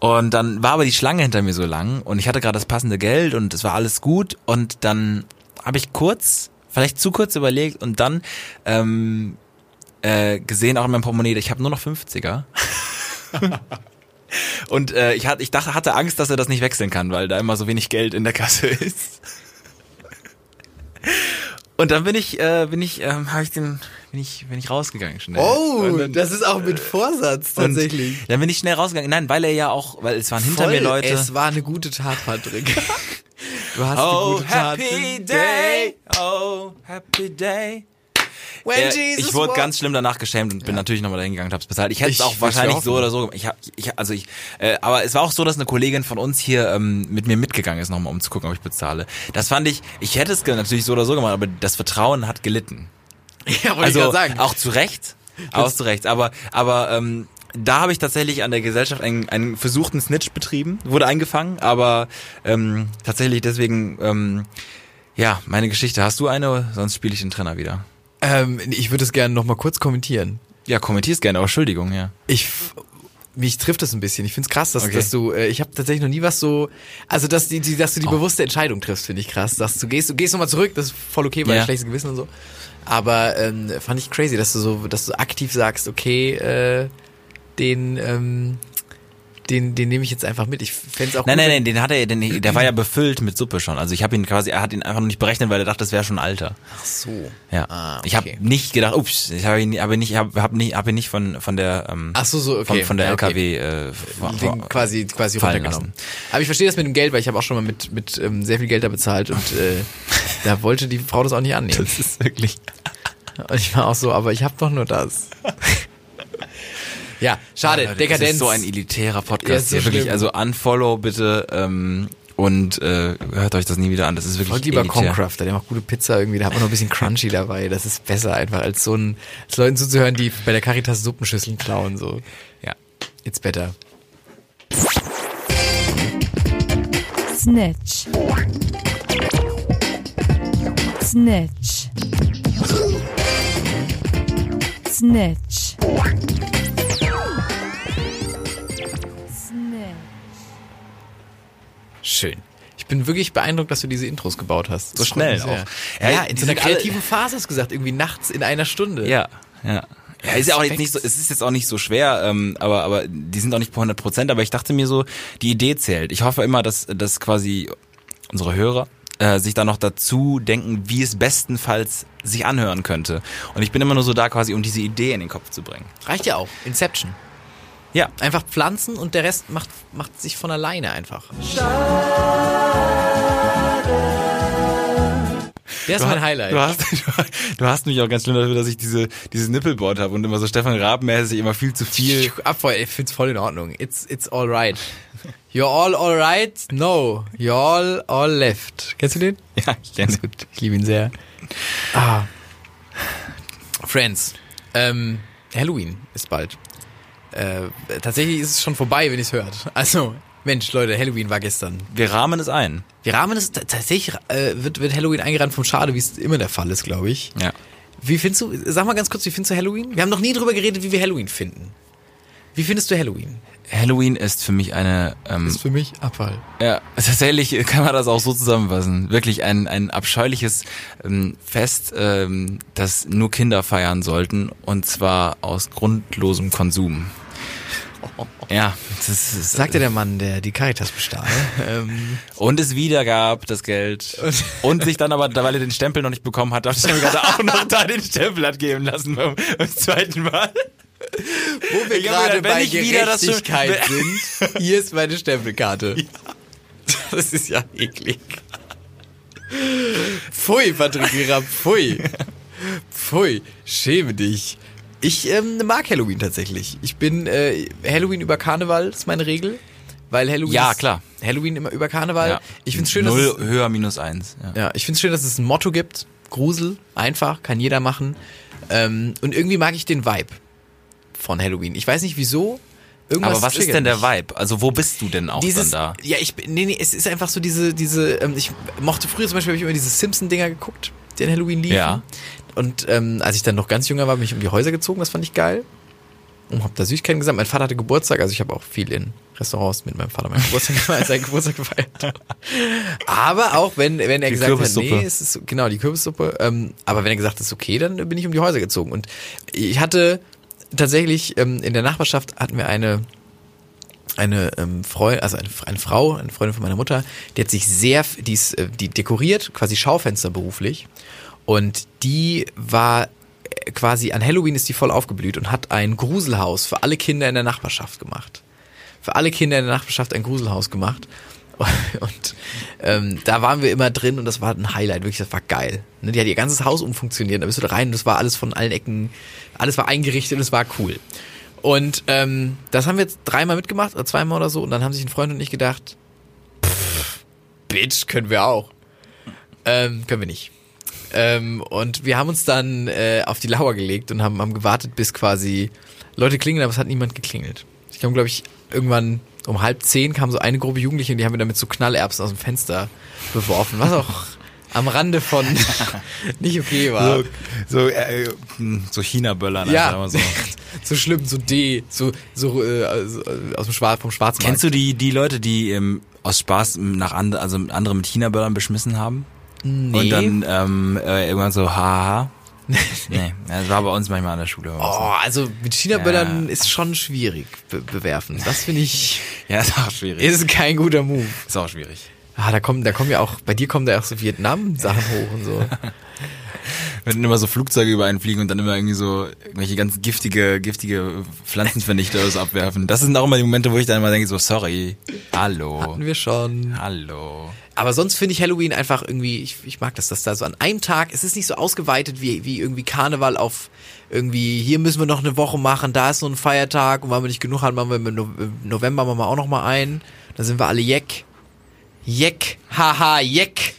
B: Und dann war aber die Schlange hinter mir so lang und ich hatte gerade das passende Geld und es war alles gut und dann habe ich kurz, vielleicht zu kurz überlegt und dann ähm, äh, gesehen auch in meinem Portemonnaie, ich habe nur noch 50er. [LAUGHS] und äh, ich, hatte, ich dachte, hatte Angst, dass er das nicht wechseln kann, weil da immer so wenig Geld in der Kasse [LAUGHS] ist. Und dann bin ich, äh, bin ich, ähm, habe ich den, bin ich, bin ich rausgegangen schnell.
A: Oh,
B: Und dann-
A: das ist auch mit Vorsatz
B: und
A: tatsächlich.
B: Dann bin ich schnell rausgegangen. Nein, weil er ja auch, weil es waren hinter
A: Voll,
B: mir Leute.
A: Es war eine gute Tat,
B: [LAUGHS]
A: Patrick. Du hast eine
B: oh,
A: gute Tat.
B: happy day. Oh, happy day.
A: When
B: Äh,
A: Jesus
B: ich wurde
A: walked-
B: ganz schlimm danach geschämt und bin natürlich nochmal dahin gegangen und hab's bezahlt. Ich hätte es
A: Ich
B: auch
A: will's
B: wahrscheinlich
A: mir
B: so oder so gemacht. Ich hab, ich, also ich, äh, aber es war auch so, dass eine Kollegin von uns hier ähm, mit mir mitgegangen ist, nochmal um zu gucken, ob ich bezahle. Das fand ich, ich hätte es ge- natürlich so oder so gemacht, aber das Vertrauen hat gelitten.
A: [LAUGHS] Ja, wollte ich
B: Also
A: gerade sagen.
B: auch zu Recht. Aus rechts. Aber, aber ähm, da habe ich tatsächlich an der Gesellschaft einen, einen versuchten Snitch betrieben, wurde eingefangen, aber ähm, tatsächlich deswegen, ähm, ja, meine Geschichte. Hast du eine? Sonst spiele ich den Trainer wieder.
A: Ähm, ich würde es gerne nochmal kurz kommentieren.
B: Ja, kommentier's gerne, aber Entschuldigung, ja.
A: Ich f- mich trifft das ein bisschen. Ich find's krass, dass,
B: Okay.
A: dass du äh, ich habe tatsächlich noch nie was so also dass die, die dass
B: Oh.
A: du die bewusste Entscheidung triffst, finde ich krass, dass du gehst du gehst nochmal zurück, das ist voll okay bei
B: Ja.
A: schlechtes Gewissen und so. Aber ähm, fand ich crazy, dass du so dass du aktiv sagst, okay, äh, den ähm, den den nehme ich jetzt einfach mit. Ich fänd's auch
B: Nein,
A: gut,
B: nein,
A: wenn-
B: nein, den hat er, den, der war ja befüllt mit Suppe schon. Also ich habe ihn quasi, er hat ihn einfach noch nicht berechnet, weil er dachte, das wäre schon Alter.
A: Ach so.
B: Ja.
A: Ah,
B: Ich habe
A: okay.
B: nicht gedacht, ups, ich habe ihn, habe nicht, habe hab nicht, habe ihn nicht von von der ähm,
A: Ach so, so, okay.
B: von, von der
A: Ja, okay.
B: LKW äh, von,
A: den quasi [LAUGHS] quasi
B: fallen
A: runtergenommen. Aber ich verstehe das mit dem Geld, weil ich habe auch schon mal mit mit ähm, sehr viel Geld da bezahlt und äh, da wollte die Frau das auch nicht annehmen.
B: Das ist wirklich.
A: Und ich war auch so, aber ich habe doch nur das. ja, schade,
B: Das
A: Dekadenz.
B: ist so ein elitärer
A: Ja, ist
B: Podcast.
A: so
B: hier, wirklich,
A: schlimm.
B: also unfollow bitte ähm, und äh, hört euch das nie wieder an. Das ist wirklich
A: Folgt lieber
B: elitär.
A: Concrafter, der macht gute Pizza irgendwie, da hat man noch ein bisschen Crunchy dabei. Das ist besser einfach, als so ein, als Leuten zuzuhören, die bei der Caritas Suppenschüsseln klauen. So,
B: Ja.
A: it's better.
F: Snitch. Snitch. Snitch. Snitch.
A: Schön. Ich bin wirklich beeindruckt, dass du diese Intros gebaut hast.
B: So schnell
A: freut mich
B: auch.
A: sehr.
B: Ja,
A: Ja, in so einer
B: die sind alle-
A: kreativen Phase hast du gesagt, irgendwie nachts in einer Stunde.
B: Ja, ja. Ja, ist ja auch jetzt nicht so, es ist jetzt auch nicht so schwer, ähm, aber, aber die sind auch nicht bei 100 Prozent, aber ich dachte mir so, die Idee zählt. Ich hoffe immer, dass, dass quasi unsere Hörer äh, sich da noch dazu denken, wie es bestenfalls sich anhören könnte. Und ich bin immer nur so da quasi, um diese Idee in den Kopf zu bringen.
A: Reicht ja auch. Inception.
B: Ja.
A: Einfach pflanzen und der Rest macht, macht sich von alleine einfach. Der ist mein Highlight.
B: Du hast, [LAUGHS] du hast mich auch ganz schlimm dafür, dass ich diese, dieses Nippelboard habe und immer so Stefan Raab-mäßig immer viel zu viel.
A: Abfall, ich find's voll in Ordnung. It's, it's alright. You're all alright? No. You're all, all left. Kennst du den?
B: [LAUGHS] Ja, ich kenn's gut.
A: Ich liebe ihn sehr. Ah. Friends. Ähm, Halloween ist bald. Äh, tatsächlich ist es schon vorbei, wenn ihr's hört. Also, Mensch, Leute, Halloween war gestern.
B: Wir rahmen es ein.
A: Wir rahmen es t- tatsächlich, äh, wird, wird Halloween eingerannt vom Schade, wie es immer der Fall ist, glaube ich.
B: Ja.
A: Wie findest du, sag mal ganz kurz, wie findest du Halloween? Wir haben noch nie drüber geredet, wie wir Halloween finden. Wie findest du Halloween?
B: Halloween ist für mich eine ähm,
A: für mich Abfall.
B: Ja, tatsächlich [LAUGHS] kann man das auch so zusammenfassen. Wirklich ein, ein abscheuliches ähm, Fest, ähm, das nur Kinder feiern sollten und zwar aus grundlosem Konsum. Ja, das ist,
A: Sagte der Mann, der die Caritas bestahl. [LAUGHS] ähm,
B: und es wieder gab das Geld und sich dann aber, weil er den Stempel noch nicht bekommen hat, darf ich mir gerade auch noch da den Stempel hat geben lassen beim, beim zweiten Mal.
A: wo wir
B: Ich hab
A: gerade
B: gedacht, wenn
A: bei
B: ich wieder das schon-
A: Gerechtigkeit sind, hier ist meine
B: [LAUGHS]
A: Stempelkarte.
B: Das ist ja eklig.
A: Pfui, Patrick Wierer, pfui. Pfui, schäme dich. Ich ähm, mag Halloween tatsächlich. Ich bin äh, Halloween über Karneval, ist meine Regel. Weil Halloween
B: Ja,
A: ist-
B: klar.
A: Halloween immer über Karneval.
B: Ja.
A: Ich find's schön, dass es,
B: Null höher minus eins. Ja.
A: ja, ich find's schön, dass es ein Motto gibt. Grusel, einfach, kann jeder machen. Ähm, und irgendwie mag ich den Vibe von Halloween. Ich weiß nicht wieso. Irgendwas
B: Aber was ist
A: triggert
B: denn der
A: mich.
B: Vibe? Also wo bist du denn auch
A: Dieses,
B: dann da?
A: ja, ich bin- nee, nee, es ist einfach so diese, diese, ähm, ich mochte früher zum Beispiel, habe ich immer diese Simpson-Dinger geguckt, die an Halloween liefen.
B: Ja.
A: Und ähm, als ich dann noch ganz jünger war, bin ich um die Häuser gezogen, das fand ich geil. Und hab da Süßigkeiten gesammelt. Mein Vater hatte Geburtstag, also ich habe auch viel in Restaurants mit meinem Vater meinen Geburtstag [LAUGHS] gefeiert, seinen Geburtstag gefeiert. Aber auch wenn, wenn er
B: Die
A: gesagt hat,
B: Kürbissuppe.
A: nee, es ist, genau, die Kürbissuppe. Ähm, aber wenn er gesagt hat, ist okay, dann bin ich um die Häuser gezogen. Und ich hatte tatsächlich, ähm, in der Nachbarschaft hatten wir eine, eine ähm, Freundin, also eine, eine Frau, eine Freundin von meiner Mutter, die hat sich sehr, f- die ist, äh, die dekoriert, quasi Schaufenster beruflich. Und die war äh, quasi an Halloween ist die voll aufgeblüht und hat ein Gruselhaus für alle Kinder in der Nachbarschaft gemacht. Für alle Kinder in der Nachbarschaft ein Gruselhaus gemacht. [LAUGHS] Und ähm, da waren wir immer drin und das war ein Highlight, wirklich, das war geil. Ne, die hat ihr ganzes Haus umfunktioniert, da bist du da rein und das war alles von allen Ecken, alles war eingerichtet und es war cool. Und ähm, das haben wir jetzt dreimal mitgemacht oder zweimal oder so. Und dann haben sich ein Freund und ich gedacht, pff, Bitch, können wir auch. Ähm, können wir nicht. Ähm, und wir haben uns dann äh, auf die Lauer gelegt und haben, haben gewartet, bis quasi Leute klingeln, aber es hat niemand geklingelt. Ich kam, glaube ich, irgendwann um halb zehn kam so eine Gruppe Jugendliche und die haben wir dann mit so Knallerbsen aus dem Fenster beworfen, was auch am Rande von [LAUGHS] nicht okay war.
B: So, so, äh, hm, so China-Böllern. einfach
A: ja,
B: mal
A: so. [LAUGHS]
B: so.
A: schlimm, so D, so, so äh, also, äh, aus dem Schwarz, vom Schwarzmarkt.
B: Kennst du die, die Leute, die ähm, aus Spaß nach and, also andere mit China-Böllern beschmissen haben? Nee. Und dann ähm, äh, irgendwann so, haha. [LAUGHS] nee, das war bei uns manchmal an der Schule.
A: Oh, also mit China-Böllern ist schon schwierig be bewerfen. Das finde ich,
B: Ja, ist auch schwierig.
A: [LAUGHS] ist kein guter Move.
B: Ist auch schwierig.
A: Ah, da kommen, da kommen ja auch, bei dir kommen da auch so Vietnam-Sachen [LAUGHS] hoch und so.
B: Wenn dann immer so Flugzeuge über einen fliegen und dann immer irgendwie so irgendwelche ganz giftige, giftige Pflanzenvernichter [LAUGHS] oder so abwerfen. Das sind auch immer die Momente, wo ich dann immer denke, so, sorry, hallo,
A: Hatten wir schon.
B: hallo.
A: Aber sonst finde ich Halloween einfach irgendwie, ich, ich mag das, dass da so an einem Tag, es ist nicht so ausgeweitet wie, wie irgendwie Karneval auf irgendwie, hier müssen wir noch eine Woche machen, da ist so ein Feiertag und weil wir nicht genug haben, machen wir im No- im November machen wir auch nochmal ein. Da sind wir alle jeck. Jeck. Haha, jeck.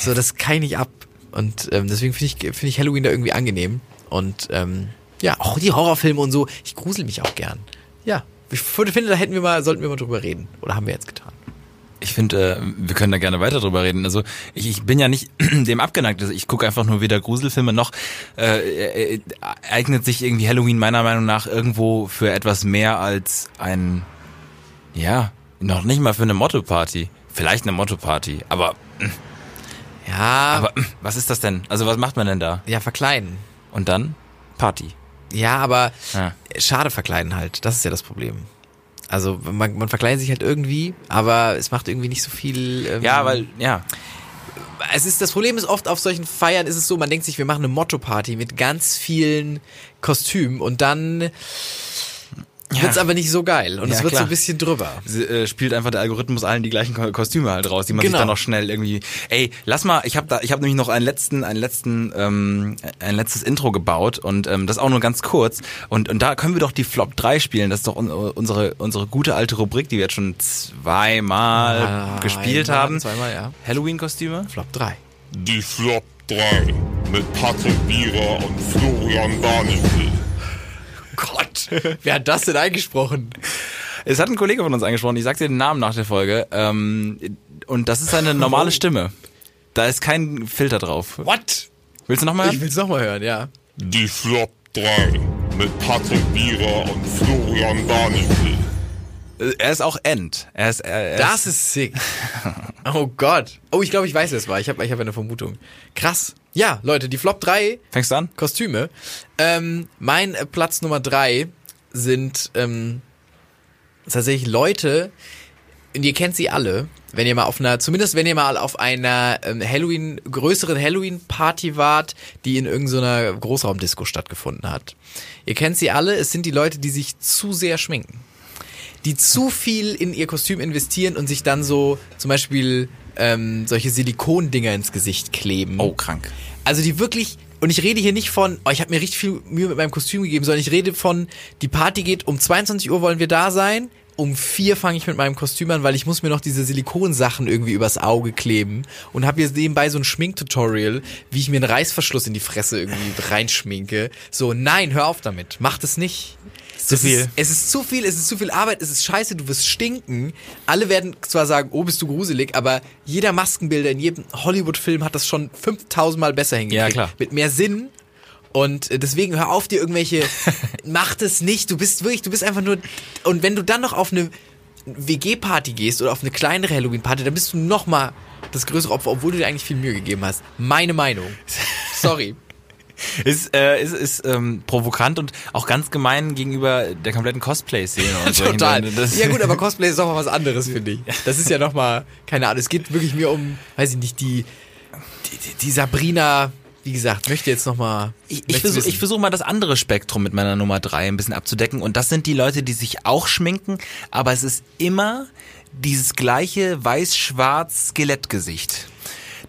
A: So, das kann ich nicht ab. Und ähm, deswegen finde ich, finde ich Halloween da irgendwie angenehm. Und ähm, ja, auch die Horrorfilme und so, ich grusel mich auch gern. Ja. Ich finde, da hätten wir mal, sollten wir mal drüber reden. Oder haben wir jetzt getan.
B: Ich finde, äh, wir können da gerne weiter drüber reden. Also ich, ich bin ja nicht [CLEARS THROAT] dem abgeneigt. Also ich gucke einfach nur weder Gruselfilme noch äh, äh, eignet sich irgendwie Halloween meiner Meinung nach irgendwo für etwas mehr als ein ja noch nicht mal für eine Motto-Party. Vielleicht eine Motto-Party, aber
A: Ja,
B: aber was ist das denn? Also was macht man denn da?
A: ja, verkleiden.
B: Und dann Party.
A: Ja, aber
B: Ja.
A: schade verkleiden halt. Das ist ja das Problem. Also man, man verkleidet sich halt irgendwie, aber es macht irgendwie nicht so viel. Ähm,
B: Ja, weil ja
A: es ist das Problem ist oft auf solchen Feiern ist es so, man denkt sich, wir machen eine Motto-Party mit ganz vielen Kostümen und dann wird's aber nicht so geil und
B: Ja,
A: es wird so
B: klar.
A: ein bisschen drüber.
B: sie- äh, spielt einfach der Algorithmus allen die gleichen Ko- Kostüme halt raus, die man
A: Genau.
B: sich dann noch schnell irgendwie. Ey, lass mal, ich habe da, ich habe nämlich noch einen letzten, einen letzten, ähm, ein letztes Intro gebaut und ähm, das auch nur ganz kurz. Und und da können wir doch die Flop 3 spielen. Das ist doch un unsere unsere gute alte Rubrik, die wir jetzt schon zweimal Äh, gespielt
A: Ah, Einmal,
B: haben.
A: zweimal, ja.
B: Halloween-Kostüme.
A: Flop 3.
G: Die Flop 3 mit Patrick Bierer und Florian Barnickel.
A: Gott, [LAUGHS] wer hat das denn eingesprochen?
B: Es hat ein Kollege von uns angesprochen, ich sag dir den Namen nach der Folge. Ähm, und das ist eine normale Stimme. Da ist kein Filter drauf.
A: What?
B: Willst du nochmal?
A: Ich will's nochmal hören, ja.
G: Die Flop 3 mit Patrick Bierer und Florian Barnickel.
B: Er ist auch End. Er ist, er, er
A: Das ist sick. [LAUGHS] Oh Gott. Oh, ich glaube, ich weiß, wer es war. Ich habe ich hab eine Vermutung. Krass. Ja, Leute, die Flop 3
B: Fängst du an?
A: Kostüme. Ähm, mein äh, Platz Nummer 3 sind ähm, tatsächlich Leute, und ihr kennt sie alle, wenn ihr mal auf einer, zumindest wenn ihr mal auf einer ähm, Halloween, größeren Halloween-Party wart, die in irgendeiner Großraumdisco stattgefunden hat. Ihr kennt sie alle, es sind die Leute, die sich zu sehr schminken die zu viel in ihr Kostüm investieren und sich dann so zum Beispiel ähm, solche Silikondinger ins Gesicht kleben.
B: Oh, krank.
A: Also die wirklich, und ich rede hier nicht von, oh, ich habe mir richtig viel Mühe mit meinem Kostüm gegeben, sondern ich rede von, die Party geht, um 22 Uhr wollen wir da sein, um vier fange ich mit meinem Kostüm an, weil ich muss mir noch diese Silikonsachen irgendwie übers Auge kleben und habe jetzt nebenbei so ein Schminktutorial, wie ich mir einen Reißverschluss in die Fresse irgendwie reinschminke. So, nein, hör auf damit, mach das nicht. Zu
B: viel.
A: Ist, es ist zu viel, es ist zu viel Arbeit, es ist scheiße, du wirst stinken. Alle werden zwar sagen, oh, bist du gruselig, aber jeder Maskenbilder in jedem Hollywood-Film hat das schon 5000 Mal besser hingekriegt.
B: Ja, klar.
A: Mit mehr Sinn. Und äh, deswegen hör auf dir
B: [LAUGHS]
A: irgendwelche, mach das nicht, du bist wirklich, du bist einfach nur, und wenn du dann noch auf eine WG-Party gehst oder auf eine kleinere Halloween-Party, dann bist du nochmal das größere Opfer, obwohl du dir eigentlich viel Mühe gegeben hast. Meine
B: [LAUGHS]
A: Meinung. Sorry.
B: Ist, äh, ist, ist ähm, provokant und auch ganz gemein gegenüber der kompletten Cosplay-Szene und
A: [LAUGHS]
B: so.
A: Total.
B: Ich meine, das-
A: ja gut, aber Cosplay ist doch mal was anderes, finde ich. Das ist ja noch mal, keine Ahnung, es geht wirklich mir um, weiß ich nicht, die, die, die- die Sabrina, wie gesagt, möchte jetzt noch mal...
B: Ich, ich
A: möchte
B: versuche
A: wissen.
B: ich versuch mal das andere Spektrum mit meiner Nummer drei ein bisschen abzudecken. Und das sind die Leute, die sich auch schminken, aber es ist immer dieses gleiche weiß-schwarz Skelettgesicht.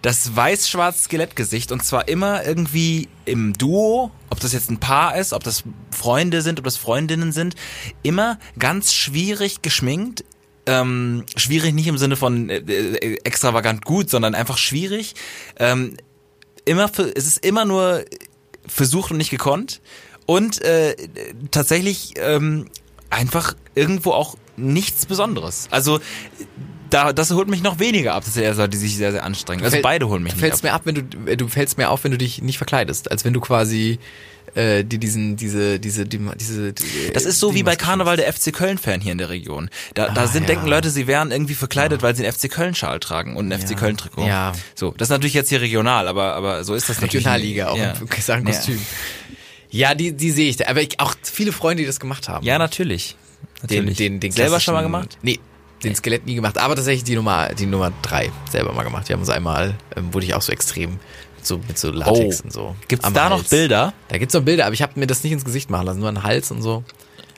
B: Das weiß-schwarz Skelettgesicht und zwar immer irgendwie im Duo, ob das jetzt ein Paar ist, ob das Freunde sind, ob das Freundinnen sind, immer ganz schwierig geschminkt, ähm, schwierig nicht im Sinne von äh, äh, extravagant gut, sondern einfach schwierig. Ähm, immer für, es ist immer nur versucht und nicht gekonnt und äh, tatsächlich ähm, einfach irgendwo auch nichts Besonderes. Also da, das holt mich noch weniger ab, dass der Erster, die sich sehr, sehr anstrengen. Also
A: Fäll-
B: beide holen mich
A: du
B: nicht ab.
A: fällst mir ab, wenn du du fällst mir auf, wenn du dich nicht verkleidest, als wenn du quasi äh, die diesen diese diese die, diese die, äh,
B: Das ist so
A: die
B: wie bei
A: Maske
B: Karneval der FC Köln-Fan hier in der Region. Da, da
A: Ah,
B: sind,
A: ja.
B: denken Leute, sie wären irgendwie verkleidet, weil sie einen FC Köln-Schal tragen und einen FC Köln-Trikot.
A: Ja.
B: So, das ist natürlich jetzt hier regional, aber, aber so ist das natürlich.
A: Regionalliga auch
B: ja.
A: im gesamten Kostüm. Ja, die die sehe ich, da. aber ich, auch viele Freunde, die das gemacht haben.
B: Ja, natürlich.
A: den
B: natürlich.
A: den den
B: Selber
A: klassischen-
B: schon mal gemacht?
A: Nee, den Skelett nie gemacht, aber tatsächlich die Nummer die Nummer drei selber mal gemacht. Wir haben es einmal ähm, wurde ich auch so extrem mit so mit so Latex
B: Oh.
A: und so.
B: Gibt's
A: am
B: da noch
A: Hals.
B: Bilder?
A: Da gibt's noch Bilder, aber ich habe mir das nicht ins Gesicht machen lassen, nur an den Hals und so.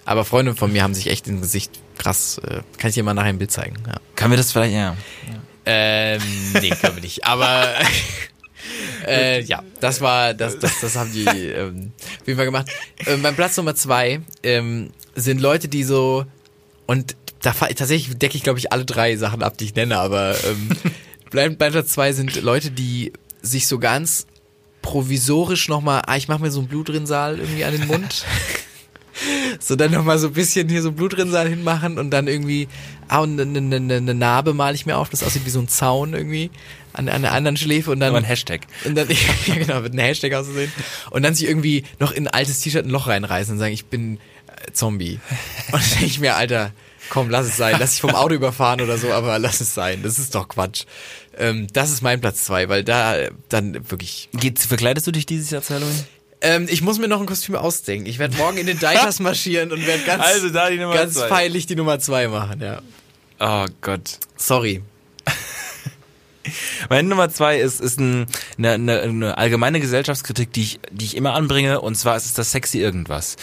A: Aber Freunde von mir haben sich echt ins Gesicht krass. Äh, kann ich dir mal nachher ein Bild zeigen? Ja.
B: Kann wir das vielleicht, ja.
A: Ähm, nee, können wir nicht. [LAUGHS] Aber äh, ja, das war, das, das, das haben
B: [LAUGHS]
A: die ähm, auf jeden Fall gemacht. Ähm, beim Platz Nummer zwei ähm, sind Leute, die so und da fa- tatsächlich decke ich, glaube ich, alle drei Sachen ab, die ich nenne, aber
B: [LAUGHS]
A: ähm, bleib- bei Platz zwei sind Leute, die sich so ganz provisorisch nochmal, ah, ich mache mir so einen Blutrinsal irgendwie an den
B: [LAUGHS]
A: Mund. So, dann nochmal so ein bisschen hier so Blutrinsal hinmachen und dann irgendwie, ah, und eine ne, ne, ne Narbe male ich mir auf, das aussieht wie so ein Zaun irgendwie an, an einer anderen Schläfe und dann.
B: Aber ein Hashtag.
A: Und dann, [LAUGHS] ja, genau, mit einem Hashtag auszusehen. Und dann sich irgendwie noch in ein altes T-Shirt ein Loch reinreißen und sagen, ich bin äh, Zombie. Und dann denke ich mir, Alter, komm, lass es sein. Lass dich vom Auto überfahren oder so, aber lass es sein. Das ist doch Quatsch. Ähm, das ist mein Platz zwei, weil da äh, dann wirklich.
B: Geht's, verkleidest du dich dieses Jahr zu Halloween?
A: Ähm, ich muss mir noch ein Kostüm ausdenken. Ich werde morgen in den
B: [LAUGHS]
A: Deiters marschieren und werde ganz,
B: Also da die Nummer
A: ganz
B: zwei.
A: peinlich die Nummer zwei machen, ja.
B: Oh Gott.
A: Sorry.
B: Meine Nummer zwei ist, ist ein, eine, eine, eine allgemeine Gesellschaftskritik, die ich, die ich immer anbringe, und zwar ist es das sexy irgendwas.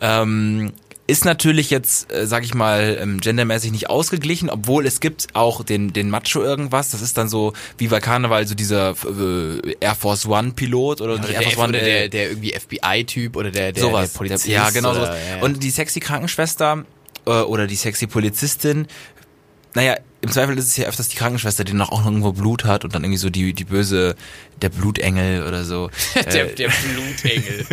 B: Ähm, ist natürlich jetzt, äh, sag ich mal, ähm, gendermäßig nicht ausgeglichen, obwohl es gibt auch den, den Macho irgendwas. Das ist dann so wie bei Karneval, so dieser äh, Air Force One Pilot oder nicht
A: Oder
B: Air
A: der,
B: Force
A: F oder
B: äh,
A: der, der irgendwie FBI-Typ oder der, der,
B: sowas.
A: der Polizist.
B: ja, genau
A: oder,
B: sowas.
A: ja, ja.
B: Und die sexy Krankenschwester äh, oder die sexy Polizistin, naja, im Zweifel ist es ja öfters die Krankenschwester, die noch auch noch irgendwo Blut hat und dann irgendwie so die, die böse, der Blutengel oder so.
A: [LAUGHS] der,
B: Äh,
A: der Blutengel.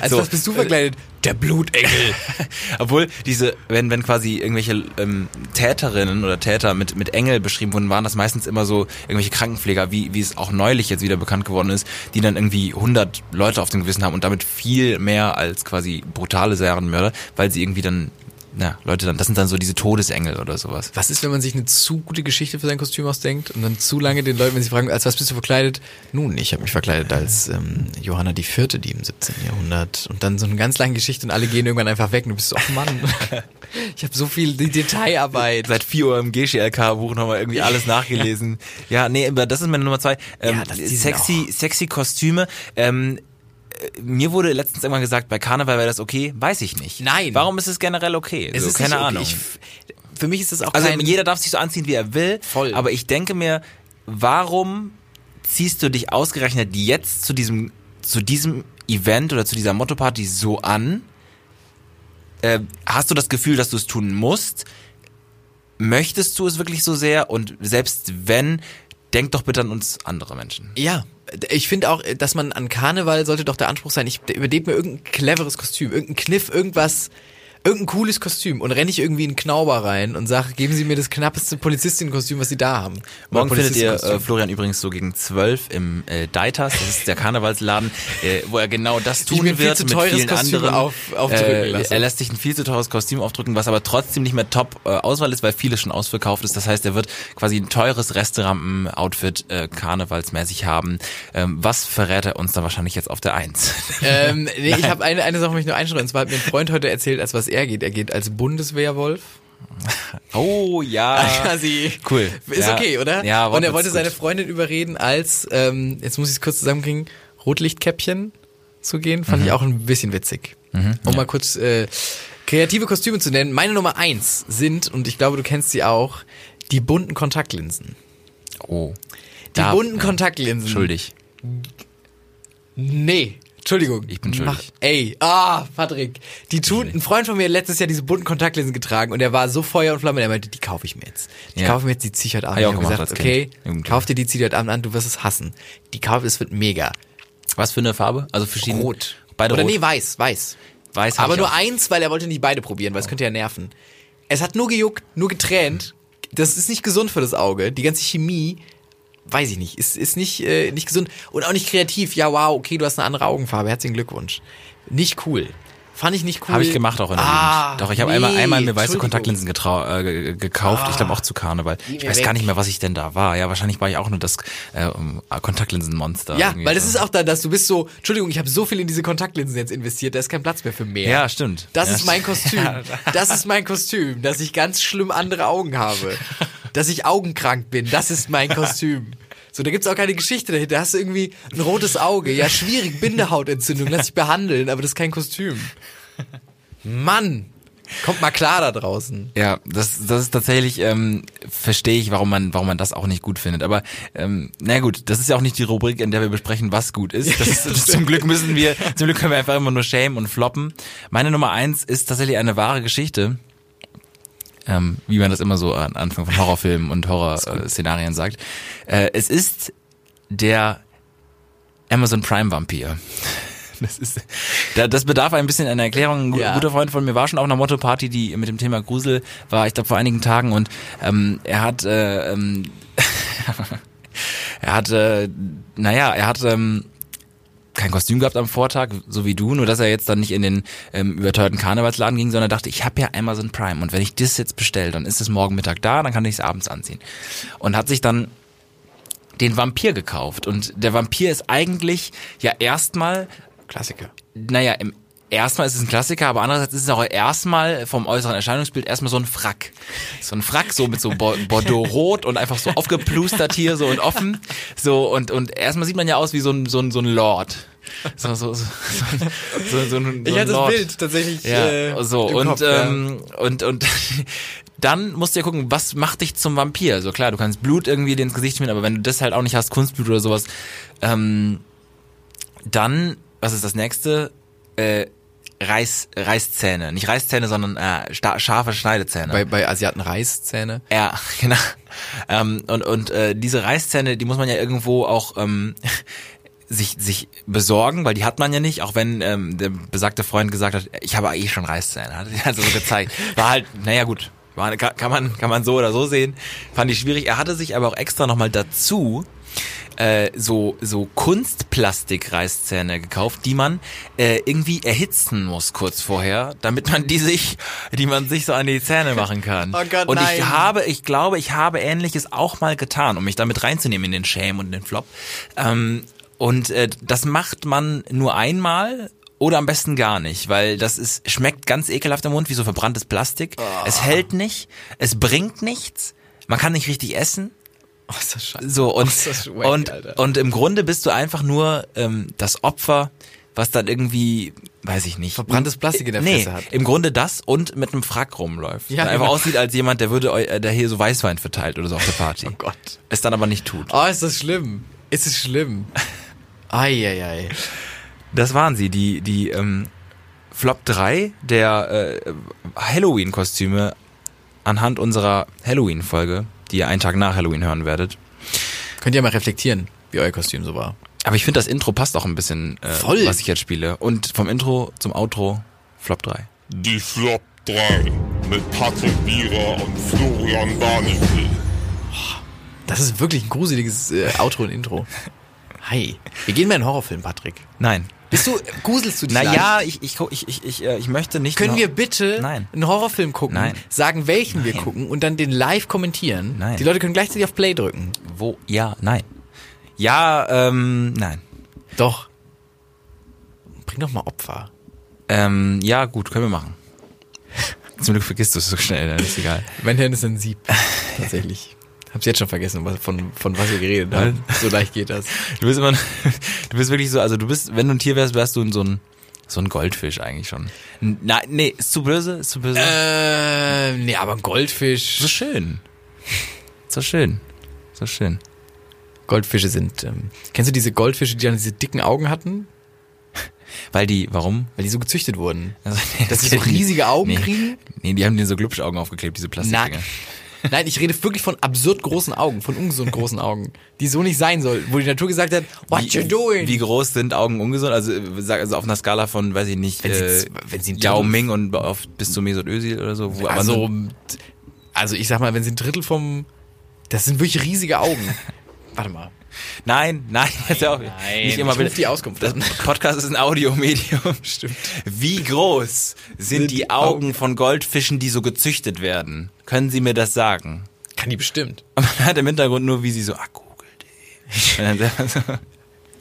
A: Also
B: So.
A: was bist du verkleidet? Der Blutengel.
B: [LAUGHS] Obwohl diese, wenn, wenn quasi irgendwelche ähm, Täterinnen oder Täter mit, mit Engel beschrieben wurden, waren das meistens immer so irgendwelche Krankenpfleger, wie, wie es auch neulich jetzt wieder bekannt geworden ist, die dann irgendwie 100 Leute auf dem Gewissen haben und damit viel mehr als quasi brutale Serienmörder, weil sie irgendwie dann, na, Leute dann, das sind dann so diese Todesengel oder sowas.
A: Was ist, wenn man sich eine zu gute Geschichte für sein Kostüm ausdenkt und dann zu lange den Leuten, wenn sie fragen, als was bist du verkleidet? Nun, ich habe mich verkleidet als ähm, Johanna die Vierte, die im 17. Jahrhundert. Und dann so eine ganz lange Geschichte und alle gehen irgendwann einfach weg und du bist so, oh [LAUGHS] Mann, ich habe so viel die Detailarbeit.
B: Seit 4 Uhr im E GCLK-Buch nochmal
A: [LAUGHS]
B: irgendwie alles nachgelesen. ja, nee, aber das ist meine Nummer zwei. Ähm,
A: Ja, das- die sind
B: sexy, sexy Kostüme. Ähm, äh, mir wurde letztens immer gesagt, bei Karneval wäre das okay. Weiß ich nicht.
A: Nein.
B: Warum ist es generell okay? so,
A: ist
B: keine
A: nicht okay.
B: Ahnung.
A: Ich f- für mich ist das auch
B: also
A: kein,
B: jeder darf sich so anziehen, wie er will.
A: Voll.
B: Aber ich denke mir, warum ziehst du dich ausgerechnet jetzt zu diesem, zu diesem Event oder zu dieser Motto-Party so an? Äh, hast du das Gefühl, dass du es tun musst? Möchtest du es wirklich so sehr? Und selbst wenn, denk doch bitte an uns andere Menschen.
A: Ja, ich finde auch, dass man an Karneval sollte doch der Anspruch sein, ich überlebe mir irgendein cleveres Kostüm, irgendein Kniff, irgendwas, irgendein cooles Kostüm und renne ich irgendwie in einen Knauber rein und sage, geben Sie mir das knappeste Polizistenkostüm, was Sie da haben.
B: Morgen
A: Oder
B: findet ihr äh,
A: Polizistenkostüm.
B: Florian übrigens so gegen 12 im äh, Deiters, das ist
A: [LAUGHS]
B: der Karnevalsladen, äh, wo er genau das
A: Ich
B: tun
A: mir ein viel
B: wird
A: zu
B: mit
A: teures
B: vielen
A: Kostüm
B: anderen.
A: auf- aufdrücken
B: äh,
A: lassen.
B: er lässt sich ein viel zu teures Kostüm aufdrücken, was aber trotzdem nicht mehr top äh, Auswahl ist, weil vieles schon ausverkauft ist. Das heißt, er wird quasi ein teures Restaurant-Outfit äh, karnevalsmäßig haben. Ähm, was verrät er uns dann wahrscheinlich jetzt auf der Eins?
A: ähm, nee, ich habe eine, eine Sache, wo ich nur einschreibe. Und zwar hat mir ein Freund heute erzählt, als was er geht. Er geht als
B: [LAUGHS]
A: Bundeswehrwolf.
B: [LAUGHS]
A: [LAUGHS]
B: oh ja.
A: Quasi.
B: Cool.
A: Ist
B: Ja.
A: okay, oder?
B: Ja,
A: Und er
B: Wortwitz
A: wollte
B: ist
A: seine
B: gut.
A: Freundin überreden, als, ähm, jetzt muss ich es kurz zusammenkriegen, Rotlichtkäppchen zu gehen. Fand
B: Mhm.
A: ich auch ein bisschen witzig. um mal kurz äh, kreative Kostüme zu nennen. Meine Nummer eins sind, und ich glaube, du kennst sie auch, die bunten Kontaktlinsen.
B: Oh.
A: Die bunten Kontaktlinsen.
B: Schuldig.
A: Nee. Entschuldigung.
B: Ich bin schuldig.
A: ey, ah, Patrick. Die tun, ein Freund von mir hat letztes Jahr diese bunten Kontaktlinsen getragen und er war so Feuer und Flamme, der meinte, die kaufe ich mir jetzt. Die
B: Ja.
A: kaufe ich mir jetzt, die zieh ich heute Abend.
B: Hab ich auch
A: an.
B: gemacht
A: gesagt,
B: als
A: okay,
B: Kind. Irgendwie.
A: kauf dir die, zieh die heute Abend an, du wirst es hassen. Die kauf, es wird mega.
B: Was für eine Farbe? Also verschiedene.
A: Rot.
B: Beide
A: Oder
B: rot.
A: nee, weiß, weiß.
B: Weiß hab
A: Aber
B: ich
A: nur
B: auch.
A: eins, weil er wollte nicht beide probieren, weil es könnte ja nerven. Es hat nur gejuckt, nur getränt. Das ist nicht gesund für das Auge. Die ganze Chemie, weiß ich nicht, ist, ist nicht, äh, nicht gesund und auch nicht kreativ. Ja, wow, okay, du hast eine andere Augenfarbe. Herzlichen Glückwunsch. Nicht cool. Fand ich nicht cool.
B: Habe ich gemacht auch in der
A: ah,
B: Jugend. Doch, ich habe
A: nee,
B: einmal, einmal mir weiße
A: Entschuldigung.
B: Kontaktlinsen getrau- äh, ge- ge- gekauft. Ich glaube auch zu Karneval. Ich
A: mir
B: weiß gar
A: weg.
B: nicht mehr, was ich denn da war. Ja, wahrscheinlich war ich auch nur das äh, um, Kontaktlinsenmonster.
A: Ja,
B: irgendwie
A: weil das
B: so.
A: ist auch dann, dass du bist so, Entschuldigung, ich habe so viel in diese Kontaktlinsen jetzt investiert, da ist kein Platz mehr für mehr.
B: Ja, stimmt.
A: Das
B: Ja,
A: ist mein
B: stimmt.
A: [LAUGHS] Kostüm. Das ist mein Kostüm, dass ich ganz schlimm andere Augen habe. Dass ich augenkrank bin, das ist mein Kostüm. So, da gibt's auch keine Geschichte dahinter. Da hast du irgendwie ein rotes Auge. Ja, schwierig, Bindehautentzündung, lass dich behandeln, aber das ist kein Kostüm. Mann, kommt mal klar da draußen.
B: Ja, das, das ist tatsächlich, ähm, verstehe ich, warum man, warum man das auch nicht gut findet. Aber ähm, na gut, das ist ja auch nicht die Rubrik, in der wir besprechen, was gut ist. Das ist das, zum Glück müssen wir, zum Glück können wir einfach immer nur schämen und floppen. Meine Nummer eins ist tatsächlich eine wahre Geschichte. Ähm, wie man das immer so an Anfang von Horrorfilmen und Horror-Szenarien sagt. Äh, es ist der Amazon Prime Vampir. [LAUGHS] Das, ist, da- das bedarf ein bisschen einer Erklärung. Ein gu-
A: Ja.
B: guter Freund von mir war schon auf einer Motto-Party, die mit dem Thema Grusel war, ich glaube, vor einigen Tagen. Und ähm, er hat, äh, ähm, [LAUGHS] er hat, äh, naja, er hat ähm, kein Kostüm gehabt am Vortag, so wie du, nur dass er jetzt dann nicht in den ähm, überteuerten Karnevalsladen ging, sondern dachte, ich habe ja Amazon Prime und wenn ich das jetzt bestelle, dann ist es morgen Mittag da, dann kann ich es abends anziehen. Und hat sich dann den Vampir gekauft. Und der Vampir ist eigentlich ja erstmal,
A: Klassiker.
B: naja, im Erstmal ist es ein Klassiker, aber andererseits ist es auch erstmal vom äußeren Erscheinungsbild erstmal so ein Frack. So ein Frack, so mit so Bo- Bordeaux-Rot und einfach so aufgeplustert hier, so und offen. So, und, und erstmal sieht man ja aus wie so ein, so ein, so ein Lord. So, so, so, so, so, so ein, so
A: Ich
B: ein
A: hatte das
B: Lord.
A: Bild tatsächlich.
B: Ja,
A: äh,
B: so
A: im
B: und
A: Kopf, ja.
B: ähm, und und [LAUGHS] dann musst du ja gucken, was macht dich zum Vampir? So klar, du kannst Blut irgendwie dir ins Gesicht schmieren, aber wenn du das halt auch nicht hast, Kunstblut oder sowas, ähm, dann was ist das nächste? Äh, Reiß, Reißzähne, nicht Reißzähne, sondern äh, sta- scharfe Schneidezähne.
A: bei, bei Asiaten Reißzähne.
B: Ja, [LAUGHS] genau. Ähm, und und äh, diese Reißzähne, die muss man ja irgendwo auch ähm, sich, sich besorgen, weil die hat man ja nicht, auch wenn ähm, der besagte Freund gesagt hat, ich habe eh schon Reißzähne, hat er also so gezeigt. War halt, naja gut, war, kann, kann, man, kann man so oder so sehen. Fand ich schwierig. Er hatte sich aber auch extra nochmal dazu äh, so, so Kunstplastikreißzähne gekauft, die man äh, irgendwie erhitzen muss kurz vorher, damit man die sich, die man sich so an die Zähne machen kann.
A: Oh Gott,
B: und ich
A: nein.
B: habe, ich glaube, ich habe Ähnliches auch mal getan, um mich damit reinzunehmen in den Shame und den Flop. Ähm, und äh, das macht man nur einmal. Oder am besten gar nicht, weil das ist, schmeckt ganz ekelhaft im Mund, wie so verbranntes Plastik.
A: Ah.
B: Es hält nicht, es bringt nichts, man kann nicht richtig essen.
A: Oh, ist das scheiße.
B: So, und,
A: das wack,
B: und,
A: Alter.
B: und im Grunde bist du einfach nur ähm, das Opfer, was dann irgendwie, weiß ich nicht.
A: Verbranntes Plastik in der
B: nee,
A: Fresse hat.
B: Im Grunde das und mit einem Frack rumläuft.
A: Ja,
B: Ja, einfach
A: genau.
B: aussieht als jemand, der würde, eu- äh, der hier so Weißwein verteilt oder so auf der Party.
A: [LAUGHS] Oh Gott.
B: Es dann aber nicht tut.
A: Oh, ist das schlimm. Ist es [LAUGHS] schlimm. Eieiei.
B: Das waren sie, die, die ähm, Flop 3 der äh, Halloween-Kostüme anhand unserer Halloween-Folge, die ihr einen Tag nach Halloween hören werdet.
A: Könnt ihr mal reflektieren, wie euer Kostüm so war.
B: Aber ich finde, das Intro passt auch ein bisschen, äh,
A: Voll.
B: was ich jetzt spiele. Und vom Intro zum Outro, Flop 3.
G: Die Flop 3 mit Patrick Bierer und Florian Barnickel.
A: Das ist wirklich ein gruseliges äh, Outro und Intro. Hi. Wir gehen mal in einen Horrorfilm, Patrick.
B: Nein.
A: Bist du, äh, gruselst du dich leicht?
B: Naja, ich, ich, guck- ich, ich, ich, äh, ich möchte nicht.
A: Können
B: noch-
A: wir bitte
B: Nein.
A: einen Horrorfilm gucken,
B: Nein.
A: sagen, welchen wir
B: Nein.
A: gucken und dann den live kommentieren?
B: Nein.
A: Die Leute können gleichzeitig auf Play drücken.
B: Wo? Ja, nein. Ja, ähm, nein.
A: Doch. Bring doch mal Opfer.
B: Ähm, ja, gut, können wir machen. [LAUGHS] Zum Glück vergisst du es so schnell, dann ist egal.
A: Mein Hirn ist ein
B: [LAUGHS]
A: Sieb. Tatsächlich. Hab's jetzt schon vergessen, was- von, von was wir geredet haben. So leicht geht das.
B: Du bist immer, [LAUGHS] du bist wirklich so, also du bist, wenn du ein Tier wärst, wärst du so ein, so ein Goldfisch eigentlich schon. N- Nein, nee, ist zu böse, ist zu böse.
A: Äh. Ähm, nee, aber ein Goldfisch.
B: So schön. So schön. So schön.
A: Goldfische sind. Ähm, kennst du diese Goldfische, die dann diese dicken Augen hatten?
B: Weil die, warum?
A: Weil die so gezüchtet wurden.
B: Also, [LAUGHS]
A: Dass die so riesige Augen
B: nee,
A: kriegen?
B: Nee, die haben dir so Glubschaugen aufgeklebt, diese Plastikdinger.
A: Nack. Nein, ich rede wirklich von absurd großen Augen, von ungesund großen Augen, die so nicht sein soll, wo die Natur gesagt hat, what you doing?
B: Wie groß sind Augen ungesund? Also, äh, sag- also auf einer Skala von, weiß ich nicht,
A: Wenn sie
B: äh,
A: z- wenn sie ein
B: Yao
A: Drittel-
B: Ming und auf, bis zu Mesut Özil oder so. Wo, aber
A: also,
B: so-
A: also ich sag mal, wenn sie ein Drittel vom, das sind wirklich riesige Augen. Warte mal.
B: nein, nein, [LAUGHS] das ist ja auch nicht immer
A: ich
B: Bild-
A: ruf die Auskunft
B: Das
A: an.
B: [LAUGHS] Podcast ist ein Audiomedium. [LAUGHS] Stimmt. Wie groß sind die Augen von Goldfischen, die so gezüchtet werden? Können Sie mir das sagen?
A: Kann die bestimmt.
B: Und man hat im Hintergrund nur, wie sie so, ah, google.de. [LAUGHS] Und dann so-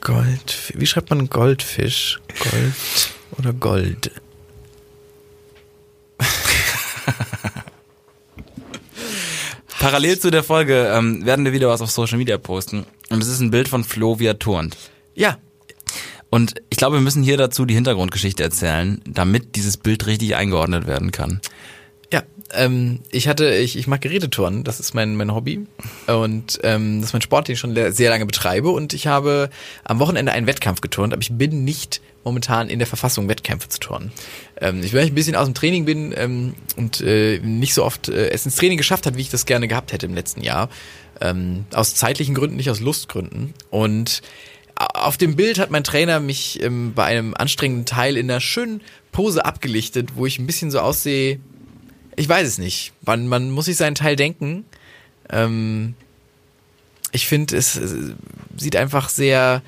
A: Gold, wie schreibt man Goldfisch? Gold oder Gold?
B: Parallel zu der Folge ähm, werden wir wieder was auf Social Media posten. Und es ist ein Bild von Flo, wie er turnt.
A: Ja,
B: Und ich glaube, wir müssen hier dazu die Hintergrundgeschichte erzählen, damit dieses Bild richtig eingeordnet werden kann.
A: Ja, ähm, ich hatte, ich, ich mag Gerätetouren, das ist mein, mein Hobby und ähm, das ist mein Sport, den ich schon le- sehr lange betreibe und ich habe am Wochenende einen Wettkampf geturnt, aber ich bin nicht momentan in der Verfassung, Wettkämpfe zu turnen. Ähm, ich, weil ich ein bisschen aus dem Training bin ähm, und äh, nicht so oft äh, es ins Training geschafft hat, wie ich das gerne gehabt hätte im letzten Jahr, ähm, aus zeitlichen Gründen, nicht aus Lustgründen und auf dem Bild hat mein Trainer mich ähm, bei einem anstrengenden Teil in einer schönen Pose abgelichtet, wo ich ein bisschen so aussehe, ich weiß es nicht. Man, man muss sich seinen Teil denken. Ähm, ich finde, es äh, sieht einfach sehr.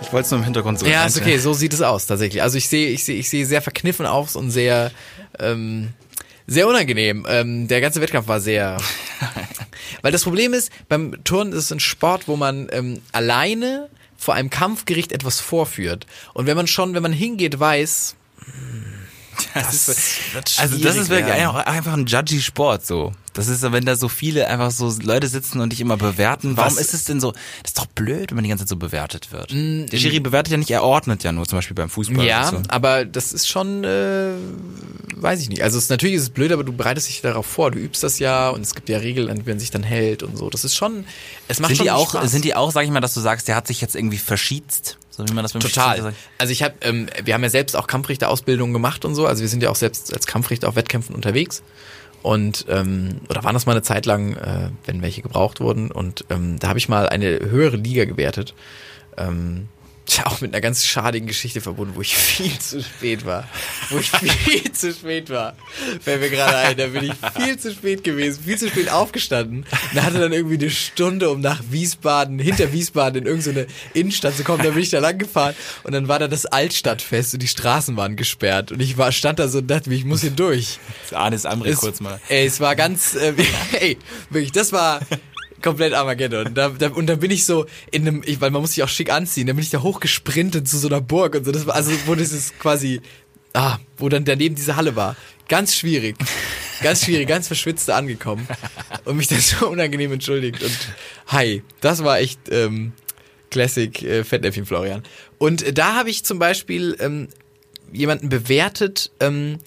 B: Ich wollte es nur im Hintergrund so
A: Ja, ist okay, so sieht es aus tatsächlich. Also ich sehe, ich sehe, ich sehe sehr verkniffen aus und sehr, ähm, sehr unangenehm. Ähm, der ganze Wettkampf war
B: [LAUGHS]
A: sehr. Weil das Problem ist, beim Turnen ist es ein Sport, wo man ähm, alleine vor einem Kampfgericht etwas vorführt. Und wenn man schon, wenn man hingeht, weiß,
B: Das ist,
A: wird
B: also das
A: schwierig
B: ist wirklich
A: werden.
B: auch einfach ein judgy Sport so. Das ist, wenn da so viele einfach so Leute sitzen und dich immer bewerten. Warum
A: Was-
B: ist es denn so? Das ist doch blöd, wenn man die ganze Zeit so bewertet wird. Der Schiri bewertet ja nicht, er ordnet ja nur, zum Beispiel beim Fußball.
A: Mm, Ja,
B: und so.
A: aber das ist schon, äh, weiß ich nicht. Also es, natürlich ist es blöd, aber du bereitest dich darauf vor. Du übst das ja und es gibt ja Regeln, an die man sich dann hält und so. Das ist schon, es macht
B: Sind
A: schon
B: die auch,
A: Spaß.
B: sind die auch, sag ich mal, dass du sagst, der hat sich jetzt irgendwie verschiezt, so wie man das beim Schiedsrichter
A: Total.
B: sagt?
A: Also ich habe, ähm, wir haben ja selbst auch Kampfrichterausbildung gemacht und so. Also wir sind ja auch selbst als Kampfrichter auf Wettkämpfen unterwegs. Und ähm, oder waren das mal eine Zeit lang, äh, wenn welche gebraucht wurden. Und ähm, da habe ich mal eine höhere Liga gewertet. Ähm, tja, auch mit einer ganz schadigen Geschichte verbunden, wo ich viel zu spät war. Wo ich viel zu spät war. Fällt mir gerade ein, da bin ich viel zu spät gewesen, viel zu spät aufgestanden. Und hatte dann irgendwie eine Stunde, um nach Wiesbaden, hinter Wiesbaden in irgendeine Innenstadt zu kommen. Da bin ich da lang gefahren und dann war da das Altstadtfest und die Straßen waren gesperrt. Und ich war, stand da so und dachte mir, ich muss hier durch.
B: Das Ahne ist Amri
A: Es-
B: kurz mal.
A: Ey, es war ganz, äh, [LAUGHS] ey, wirklich, das war komplett Armageddon. Da, da, und dann bin ich so in einem, ich, weil man muss sich auch schick anziehen, dann bin ich da hochgesprintet zu so einer Burg und so. Das war, also wo dieses quasi, ah, wo dann daneben diese Halle war. Ganz schwierig. Ganz schwierig, ganz verschwitzt da angekommen. Und mich dann [LAUGHS] so unangenehm entschuldigt. Und hi, das war echt, ähm, Classic äh, Fettnäpfchen Florian. Und äh, da habe ich zum Beispiel ähm, jemanden bewertet, ähm,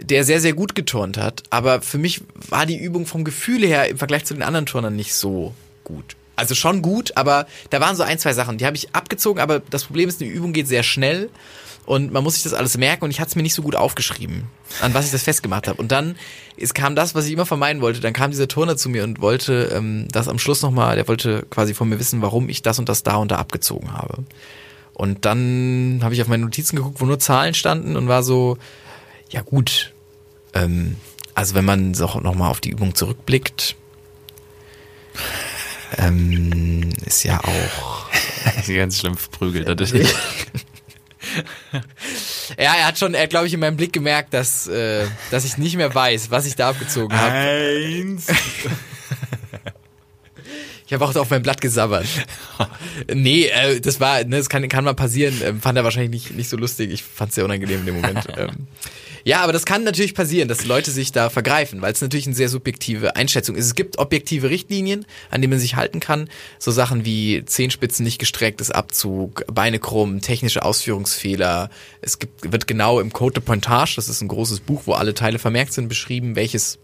A: der sehr, sehr gut geturnt hat. Aber für mich war die Übung vom Gefühl her im Vergleich zu den anderen Turnern nicht so gut. Also schon gut, aber da waren so ein, zwei Sachen. Die habe ich abgezogen, aber das Problem ist, eine Übung geht sehr schnell und man muss sich das alles merken und ich hatte es mir nicht so gut aufgeschrieben, an was ich das festgemacht habe. Und dann es kam das, was ich immer vermeiden wollte. Dann kam dieser Turner zu mir und wollte ähm, das am Schluss nochmal, der wollte quasi von mir wissen, warum ich das und das da und da abgezogen habe. Und dann habe ich auf meine Notizen geguckt, wo nur Zahlen standen und war so, ja gut, ähm, also wenn man so nochmal auf die Übung zurückblickt, ähm, ist ja auch. äh,
B: [LAUGHS] Das ist ganz schlimm verprügelt. dadurch.
A: Ja, er hat schon, er hat, glaube ich, in meinem Blick gemerkt, dass, äh, dass ich nicht mehr weiß, was ich da
B: Ah,
A: abgezogen habe.
B: Eins.
A: Ich habe auch auf mein Blatt gesabbert. Nee, äh, das war, ne, das kann, kann mal passieren. Ähm, fand er wahrscheinlich nicht, nicht so lustig. Ich fand es sehr unangenehm in dem Moment. ähm. Ja, aber das kann natürlich passieren, dass Leute sich da vergreifen, weil es natürlich eine sehr subjektive Einschätzung ist. Es gibt objektive Richtlinien, an denen man sich halten kann. So Sachen wie Zehenspitzen nicht gestreckt ist Abzug, Beine krumm, technische Ausführungsfehler. Es gibt, wird genau im Code de Pointage, das ist ein großes Buch, wo alle Teile vermerkt sind, beschrieben, welches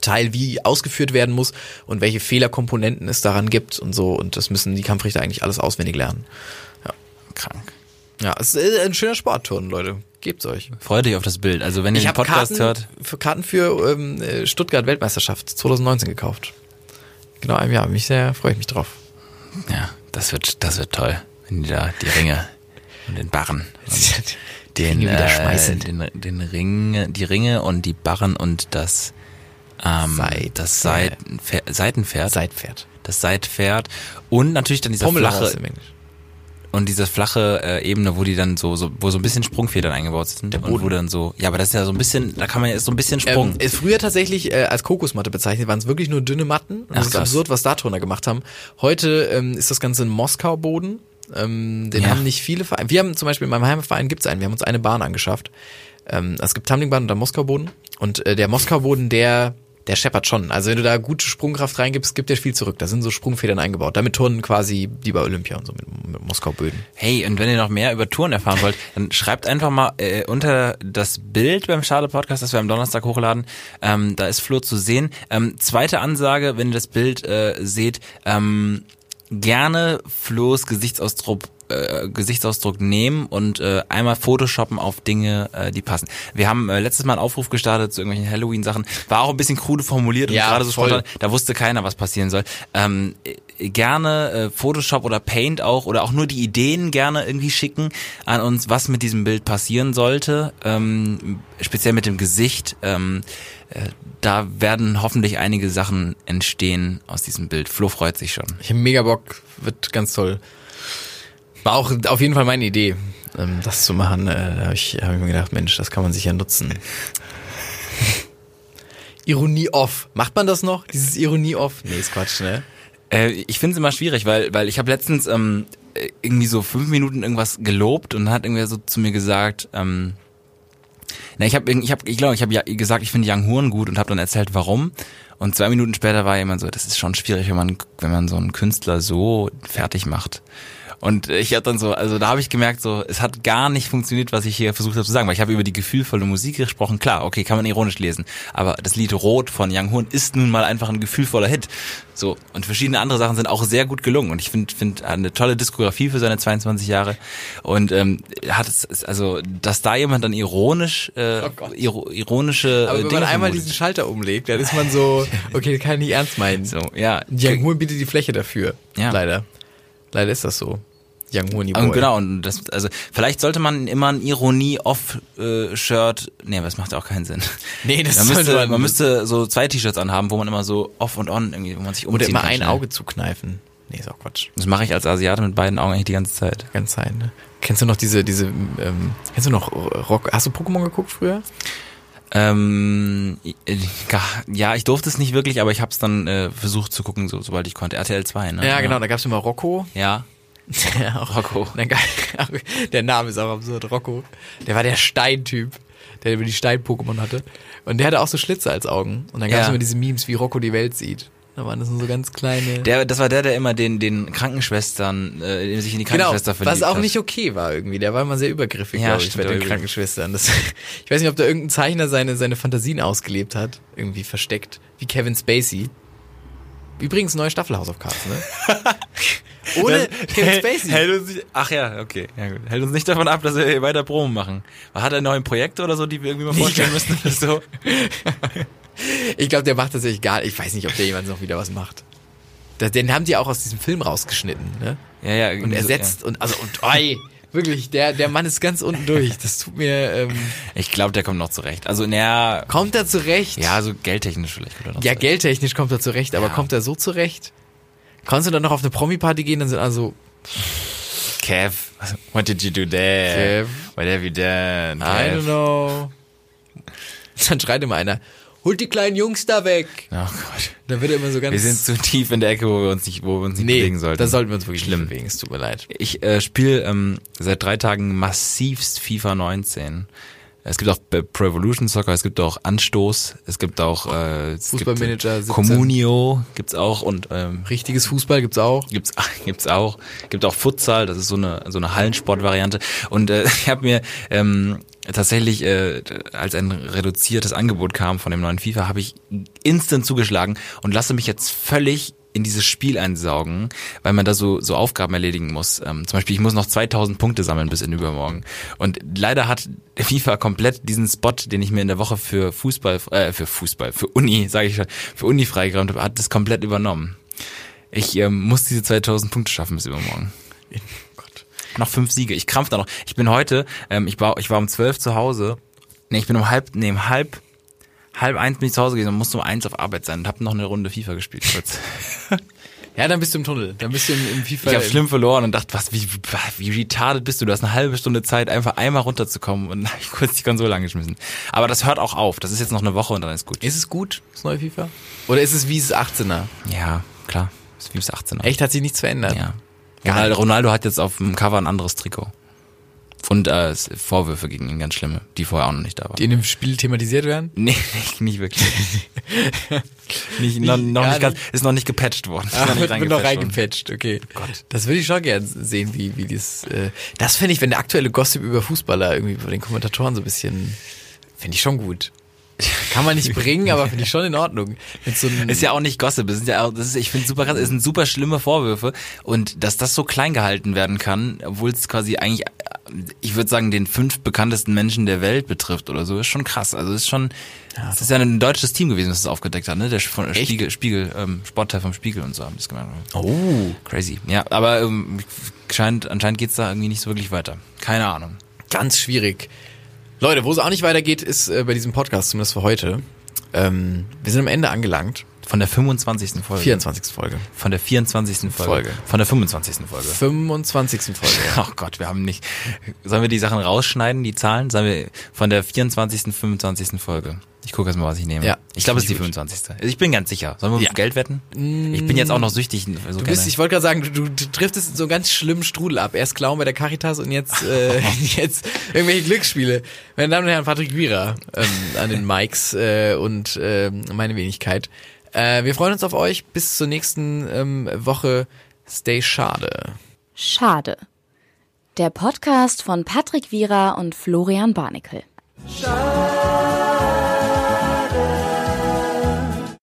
A: Teil wie ausgeführt werden muss und welche Fehlerkomponenten es daran gibt und so. Und das müssen die Kampfrichter eigentlich alles auswendig lernen. Ja.
B: krank.
A: Ja, es ist äh, ein schöner Sportturnen, Leute. Gebt's euch.
B: Freut euch auf das Bild. Also wenn ihr den
A: hab
B: Podcast
A: Karten,
B: hört,
A: Für Karten für ähm, äh, Stuttgart Weltmeisterschaft 2019 gekauft. Genau ein Jahr. Mich sehr freue ich mich drauf.
B: ja, das wird, das wird toll. Wenn die da die Ringe und den Barren.
A: [LAUGHS]
B: Und den,
A: Ringe wieder
B: äh,
A: schmeißen.
B: den, den Ring, die Ringe und die Barren und das, ähm,
A: Seit-
B: das Seitenpferd, Seitenpferd.
A: Seitpferd.
B: das Seitpferd. Und natürlich dann dieser
A: Pommelhaus
B: flache,
A: im Englisch.
B: und diese flache äh, Ebene, wo die dann so, so, wo so ein bisschen Sprungfedern eingebaut sind. Und wo dann so, ja, aber das ist ja so ein bisschen, da kann man ja so ein bisschen Sprung.
A: Ähm, ist früher tatsächlich äh, als Kokosmatte bezeichnet, waren es wirklich nur dünne Matten. Und
B: Ach,
A: das ist
B: krass.
A: absurd, was Dartoner gemacht haben. Heute ähm, ist das Ganze ein Moskau-Boden. Ähm, den
B: Ja.
A: haben nicht viele Vereine. Wir haben zum Beispiel in meinem Heimverein gibt's einen. Wir haben uns eine Bahn angeschafft. Ähm, es gibt Tamlingbahn und dann Moskau-Boden. Und äh, der Moskau-Boden, der, der scheppert schon. Also wenn du da gute Sprungkraft reingibst, gibt der viel zurück. Da sind so Sprungfedern eingebaut. Damit turnen quasi die bei Olympia und so mit, mit Moskau-Böden.
B: Hey, und wenn ihr noch mehr über Touren erfahren wollt, dann schreibt einfach mal äh, unter das Bild beim Schade Podcast, das wir am Donnerstag hochladen. Ähm, da ist Flo zu sehen. Ähm, zweite Ansage, wenn ihr das Bild äh, seht, ähm, gerne Flo's Gesichtsausdruck, äh, Gesichtsausdruck nehmen und äh, einmal Photoshoppen auf Dinge, äh, die passen. Wir haben äh, letztes Mal einen Aufruf gestartet zu irgendwelchen Halloween-Sachen. War auch ein bisschen krude formuliert und
A: Ja,
B: gerade so
A: voll.
B: spontan. Da wusste keiner, was passieren soll. Ähm, äh, gerne äh, Photoshop oder Paint auch oder auch nur die Ideen gerne irgendwie schicken an uns, was mit diesem Bild passieren sollte. Ähm, speziell mit dem Gesicht. Ähm, äh, da werden hoffentlich einige Sachen entstehen aus diesem Bild. Flo freut sich schon.
A: Ich habe mega Bock, wird ganz toll. War auch auf jeden Fall meine Idee, ähm, das zu machen. Äh, da habe ich, hab ich mir gedacht, Mensch, das kann man sich ja nutzen. [LAUGHS] Ironie off. Macht man das noch? Dieses Ironie off? Nee, ist Quatsch, ne?
B: Äh, ich finde es immer schwierig, weil, weil ich habe letztens ähm, äh, irgendwie so fünf Minuten irgendwas gelobt und dann hat irgendwer so zu mir gesagt, ähm, na, ich habe ich hab, ich glaube, ich habe ja gesagt, ich finde Young Huren gut und habe dann erzählt, warum. Und zwei Minuten später war jemand so, das ist schon schwierig, wenn man, wenn man so einen Künstler so fertig macht. Und ich habe dann so, also da habe ich gemerkt, so, es hat gar nicht funktioniert, was ich hier versucht habe zu sagen, weil ich habe über die gefühlvolle Musik gesprochen. Klar, Ah, okay, kann man ironisch lesen, aber das Lied Rot von Young Horn ist nun mal einfach ein gefühlvoller Hit. So, und verschiedene andere Sachen sind auch sehr gut gelungen und ich finde find eine tolle Diskografie für seine 22 Jahre und ähm, hat es also, dass da jemand dann ironisch äh, iro ironische äh,
A: Oh Aber wenn
B: Dinge
A: man einmal
B: vermutet.
A: diesen Schalter umlegt, dann ist man [LAUGHS] so, okay, das kann ich nicht ernst meinen.
B: so, ja,
A: Young Hoon bietet die Fläche dafür.
B: Ja.
A: Leider. Leider ist das so. Young Hoon Niveau.
B: Und genau, und das, also vielleicht sollte man immer ein Ironie-Off-Shirt. Nee, aber das macht ja auch keinen Sinn.
A: Nee, das
B: man
A: sollte
B: müsste,
A: man-
B: man müsste so zwei T-Shirts anhaben, wo man immer so off und on irgendwie, wo man sich
A: Oder
B: umziehen
A: immer
B: kann
A: ein
B: schnell.
A: Auge zukneifen. Nee, ist auch Quatsch.
B: Das mache ich als Asiate mit beiden Augen eigentlich die ganze Zeit.
A: Kann sein, ne? Kennst du noch diese, diese, ähm, kennst du noch Rock? Hast du Pokémon geguckt früher?
B: Ähm, äh, ja, ich durfte es nicht wirklich, aber ich habe es dann äh, versucht zu gucken, so, sobald ich konnte. RTL 2, ne?
A: Ja, genau, da gab's immer Rocco.
B: Ja.
A: [LAUGHS] Ja, auch
B: Rocco.
A: Dann gab- [LAUGHS] Der Name ist auch absurd, Rocco. Der war der Steintyp, der über die Stein-Pokémon hatte. Und der hatte auch so Schlitze als Augen. Und dann gab's
B: Ja.
A: immer diese Memes, wie Rocco die Welt sieht. Da waren das nur so ganz kleine.
B: Der, das war der, der immer den, den Krankenschwestern, äh, sich in die
A: genau,
B: Krankenschwester verliebt
A: was auch
B: hat.
A: nicht okay war irgendwie. Der war immer sehr übergriffig,
B: Ja,
A: glaube ich,
B: stimmt,
A: bei den
B: aber-
A: Krankenschwestern. Das, [LAUGHS] ich weiß nicht, ob da irgendein Zeichner seine, seine Fantasien ausgelebt hat, irgendwie versteckt, wie Kevin Spacey. Übrigens, neue Staffel House of Cards,
B: [LAUGHS]
A: ne? Ohne Kevin Spacey.
B: Hält uns nicht, ach ja, okay. Ja, gut. Hält uns nicht davon ab, dass wir hier weiter Promo machen. Hat er neue Projekte oder so, die wir irgendwie mal vorstellen müssen
A: [LAUGHS]
B: oder so?
A: Ich glaube, der macht tatsächlich gar Ich weiß nicht, ob der jemand noch wieder was macht. Das, den haben die auch aus diesem Film rausgeschnitten, ne?
B: Ja, ja.
A: Und
B: irgendwie so,
A: ersetzt und also und oi, wirklich, der, der Mann ist ganz unten durch. Das tut mir. Ähm,
B: Ja. Ich glaube, der kommt noch zurecht. Also, naja,
A: kommt er zurecht?
B: ja, so geldtechnisch vielleicht. kommt er noch
A: Ja,
B: zurecht.
A: geldtechnisch kommt er zurecht, aber
B: Ja.
A: kommt er so zurecht? Kannst du dann noch auf eine Promi-Party gehen, dann sind also.
B: Kev, what did you do there?
A: Kev.
B: What have you done?
A: I don't
B: Kev?
A: know. Dann schreit immer einer, holt die kleinen Jungs da weg.
B: Oh Gott.
A: Dann wird er immer so ganz.
B: Wir sind zu tief in der Ecke, wo wir uns nicht, wo wir uns nicht
A: nee,
B: bewegen sollten.
A: da sollten wir uns wirklich
B: Schlimm.
A: nicht bewegen, es tut mir leid.
B: Ich äh, spiele ähm, seit drei Tagen massivst FIFA 19. Es gibt auch äh, Pro Evolution Soccer, es gibt auch Anstoß, es gibt auch äh, es
A: Fußballmanager
B: gibt,
A: 17.
B: äh, Communio gibt's auch und ähm,
A: Richtiges Fußball gibt's auch.
B: gibt's [LAUGHS] gibt's auch gibt auch Futsal das ist so eine so eine Hallensportvariante und äh, [LAUGHS] ich habe mir ähm, tatsächlich äh, als ein reduziertes Angebot kam von dem neuen FIFA habe ich instant zugeschlagen und lasse mich jetzt völlig in dieses Spiel einsaugen, weil man da so, so Aufgaben erledigen muss. Ähm, zum Beispiel, ich muss noch 2000 Punkte sammeln bis in übermorgen. Und leider hat [LAUGHS] FIFA komplett diesen Spot, den ich mir in der Woche für Fußball, äh, für Fußball, für Uni, sage ich schon, für Uni freigeräumt habe, hat das komplett übernommen. Ich ähm, muss diese 2000 Punkte schaffen bis übermorgen.
A: Gott.
B: Noch fünf Siege. Ich krampf da noch. Ich bin heute, ähm, ich, war, ich war um zwölf zu Hause. Nee, ich bin um halb, nee, um halb, halb eins bin ich zu Hause gewesen und musste um eins auf Arbeit sein und habe noch eine Runde FIFA gespielt
A: [LAUGHS]
B: kurz.
A: Ja, dann bist du im Tunnel. Dann bist du im, im FIFA.
B: Ich habe
A: im-
B: schlimm verloren und dachte, was, wie, wie retarded bist du? Du hast eine halbe Stunde Zeit, einfach einmal runterzukommen und [LAUGHS] dann hab ich kurz die Konsole angeschmissen. Aber das hört auch auf. Das ist jetzt noch eine Woche und dann ist gut.
A: Ist es gut, das neue FIFA? Oder ist es wie das 18er?
B: Ja, klar. Ist wie bis 18
A: Echt, hat sich nichts verändert.
B: Ja. Ähm, Ronaldo, Ronaldo hat jetzt auf dem Cover ein anderes Trikot. Und äh, es- Vorwürfe gegen ihn, ganz schlimme, die vorher auch noch nicht da waren.
A: Die in dem Spiel thematisiert werden?
B: nee, [LAUGHS] nicht, nicht wirklich. nicht, noch noch
A: Ja,
B: nicht ganz, ist noch nicht gepatcht worden. Ist noch nicht [LAUGHS]
A: ich bin noch
B: reingepatcht worden. Oh
A: reingepatcht, okay. Gott. Das würde ich schon gern sehen, wie, wie das. Äh, das fände ich, wenn der aktuelle Gossip über Fußballer irgendwie bei den Kommentatoren so ein bisschen. Fände ich schon gut. Kann man nicht bringen, aber finde ich schon in Ordnung. Mit so einem,
B: [LAUGHS] Ist ja auch nicht Gossip, das ist ja auch, das ist, ich finde super krass, es sind super schlimme Vorwürfe und dass das so klein gehalten werden kann, obwohl es quasi eigentlich, äh, ich würde sagen, den fünf bekanntesten Menschen der Welt betrifft oder so, ist schon krass. Also ist schon, es ist ja ein deutsches Team gewesen, das es aufgedeckt hat, ne? Der von, Spiegel, Spiegel, ähm, Sportteil vom Spiegel und so haben das gemacht.
A: oh.
B: Crazy. Ja, aber ähm, scheint, anscheinend geht's da irgendwie nicht so wirklich weiter. Keine Ahnung.
A: Ganz schwierig. Leute, wo es auch nicht weitergeht, ist äh, bei diesem Podcast, zumindest für heute. Ähm, wir sind am Ende angelangt.
B: Von der 25. Folge.
A: 24. Folge.
B: Von der 24. Folge.
A: Folge.
B: Von der 25. Folge.
A: 25. Folge.
B: Oh Gott, wir haben nicht. Sollen wir die Sachen rausschneiden, die Zahlen? Sollen wir von der 24. 25. Folge? Ich gucke erst mal, was ich nehme.
A: Ja.
B: Ich glaube, es ist die
A: Finde ich
B: 25. Ich bin ganz sicher. Sollen wir
A: Ja.
B: auf Geld wetten? Ich bin jetzt auch noch süchtig. So
A: Du bist, ich wollte gerade sagen, du, du driftest in so einen ganz schlimmen Strudel ab. Erst Clown bei der Caritas und jetzt, äh, [LAUGHS] jetzt irgendwelche Glücksspiele. Meine Damen und Herren, Patrick Wierer ähm, an den Mikes äh, und äh, meine Wenigkeit. Äh, wir freuen uns auf euch. Bis zur nächsten ähm, Woche. Stay schade.
E: Schade. Der Podcast von Patrick Wierer und Florian Barnikel.
H: Schade,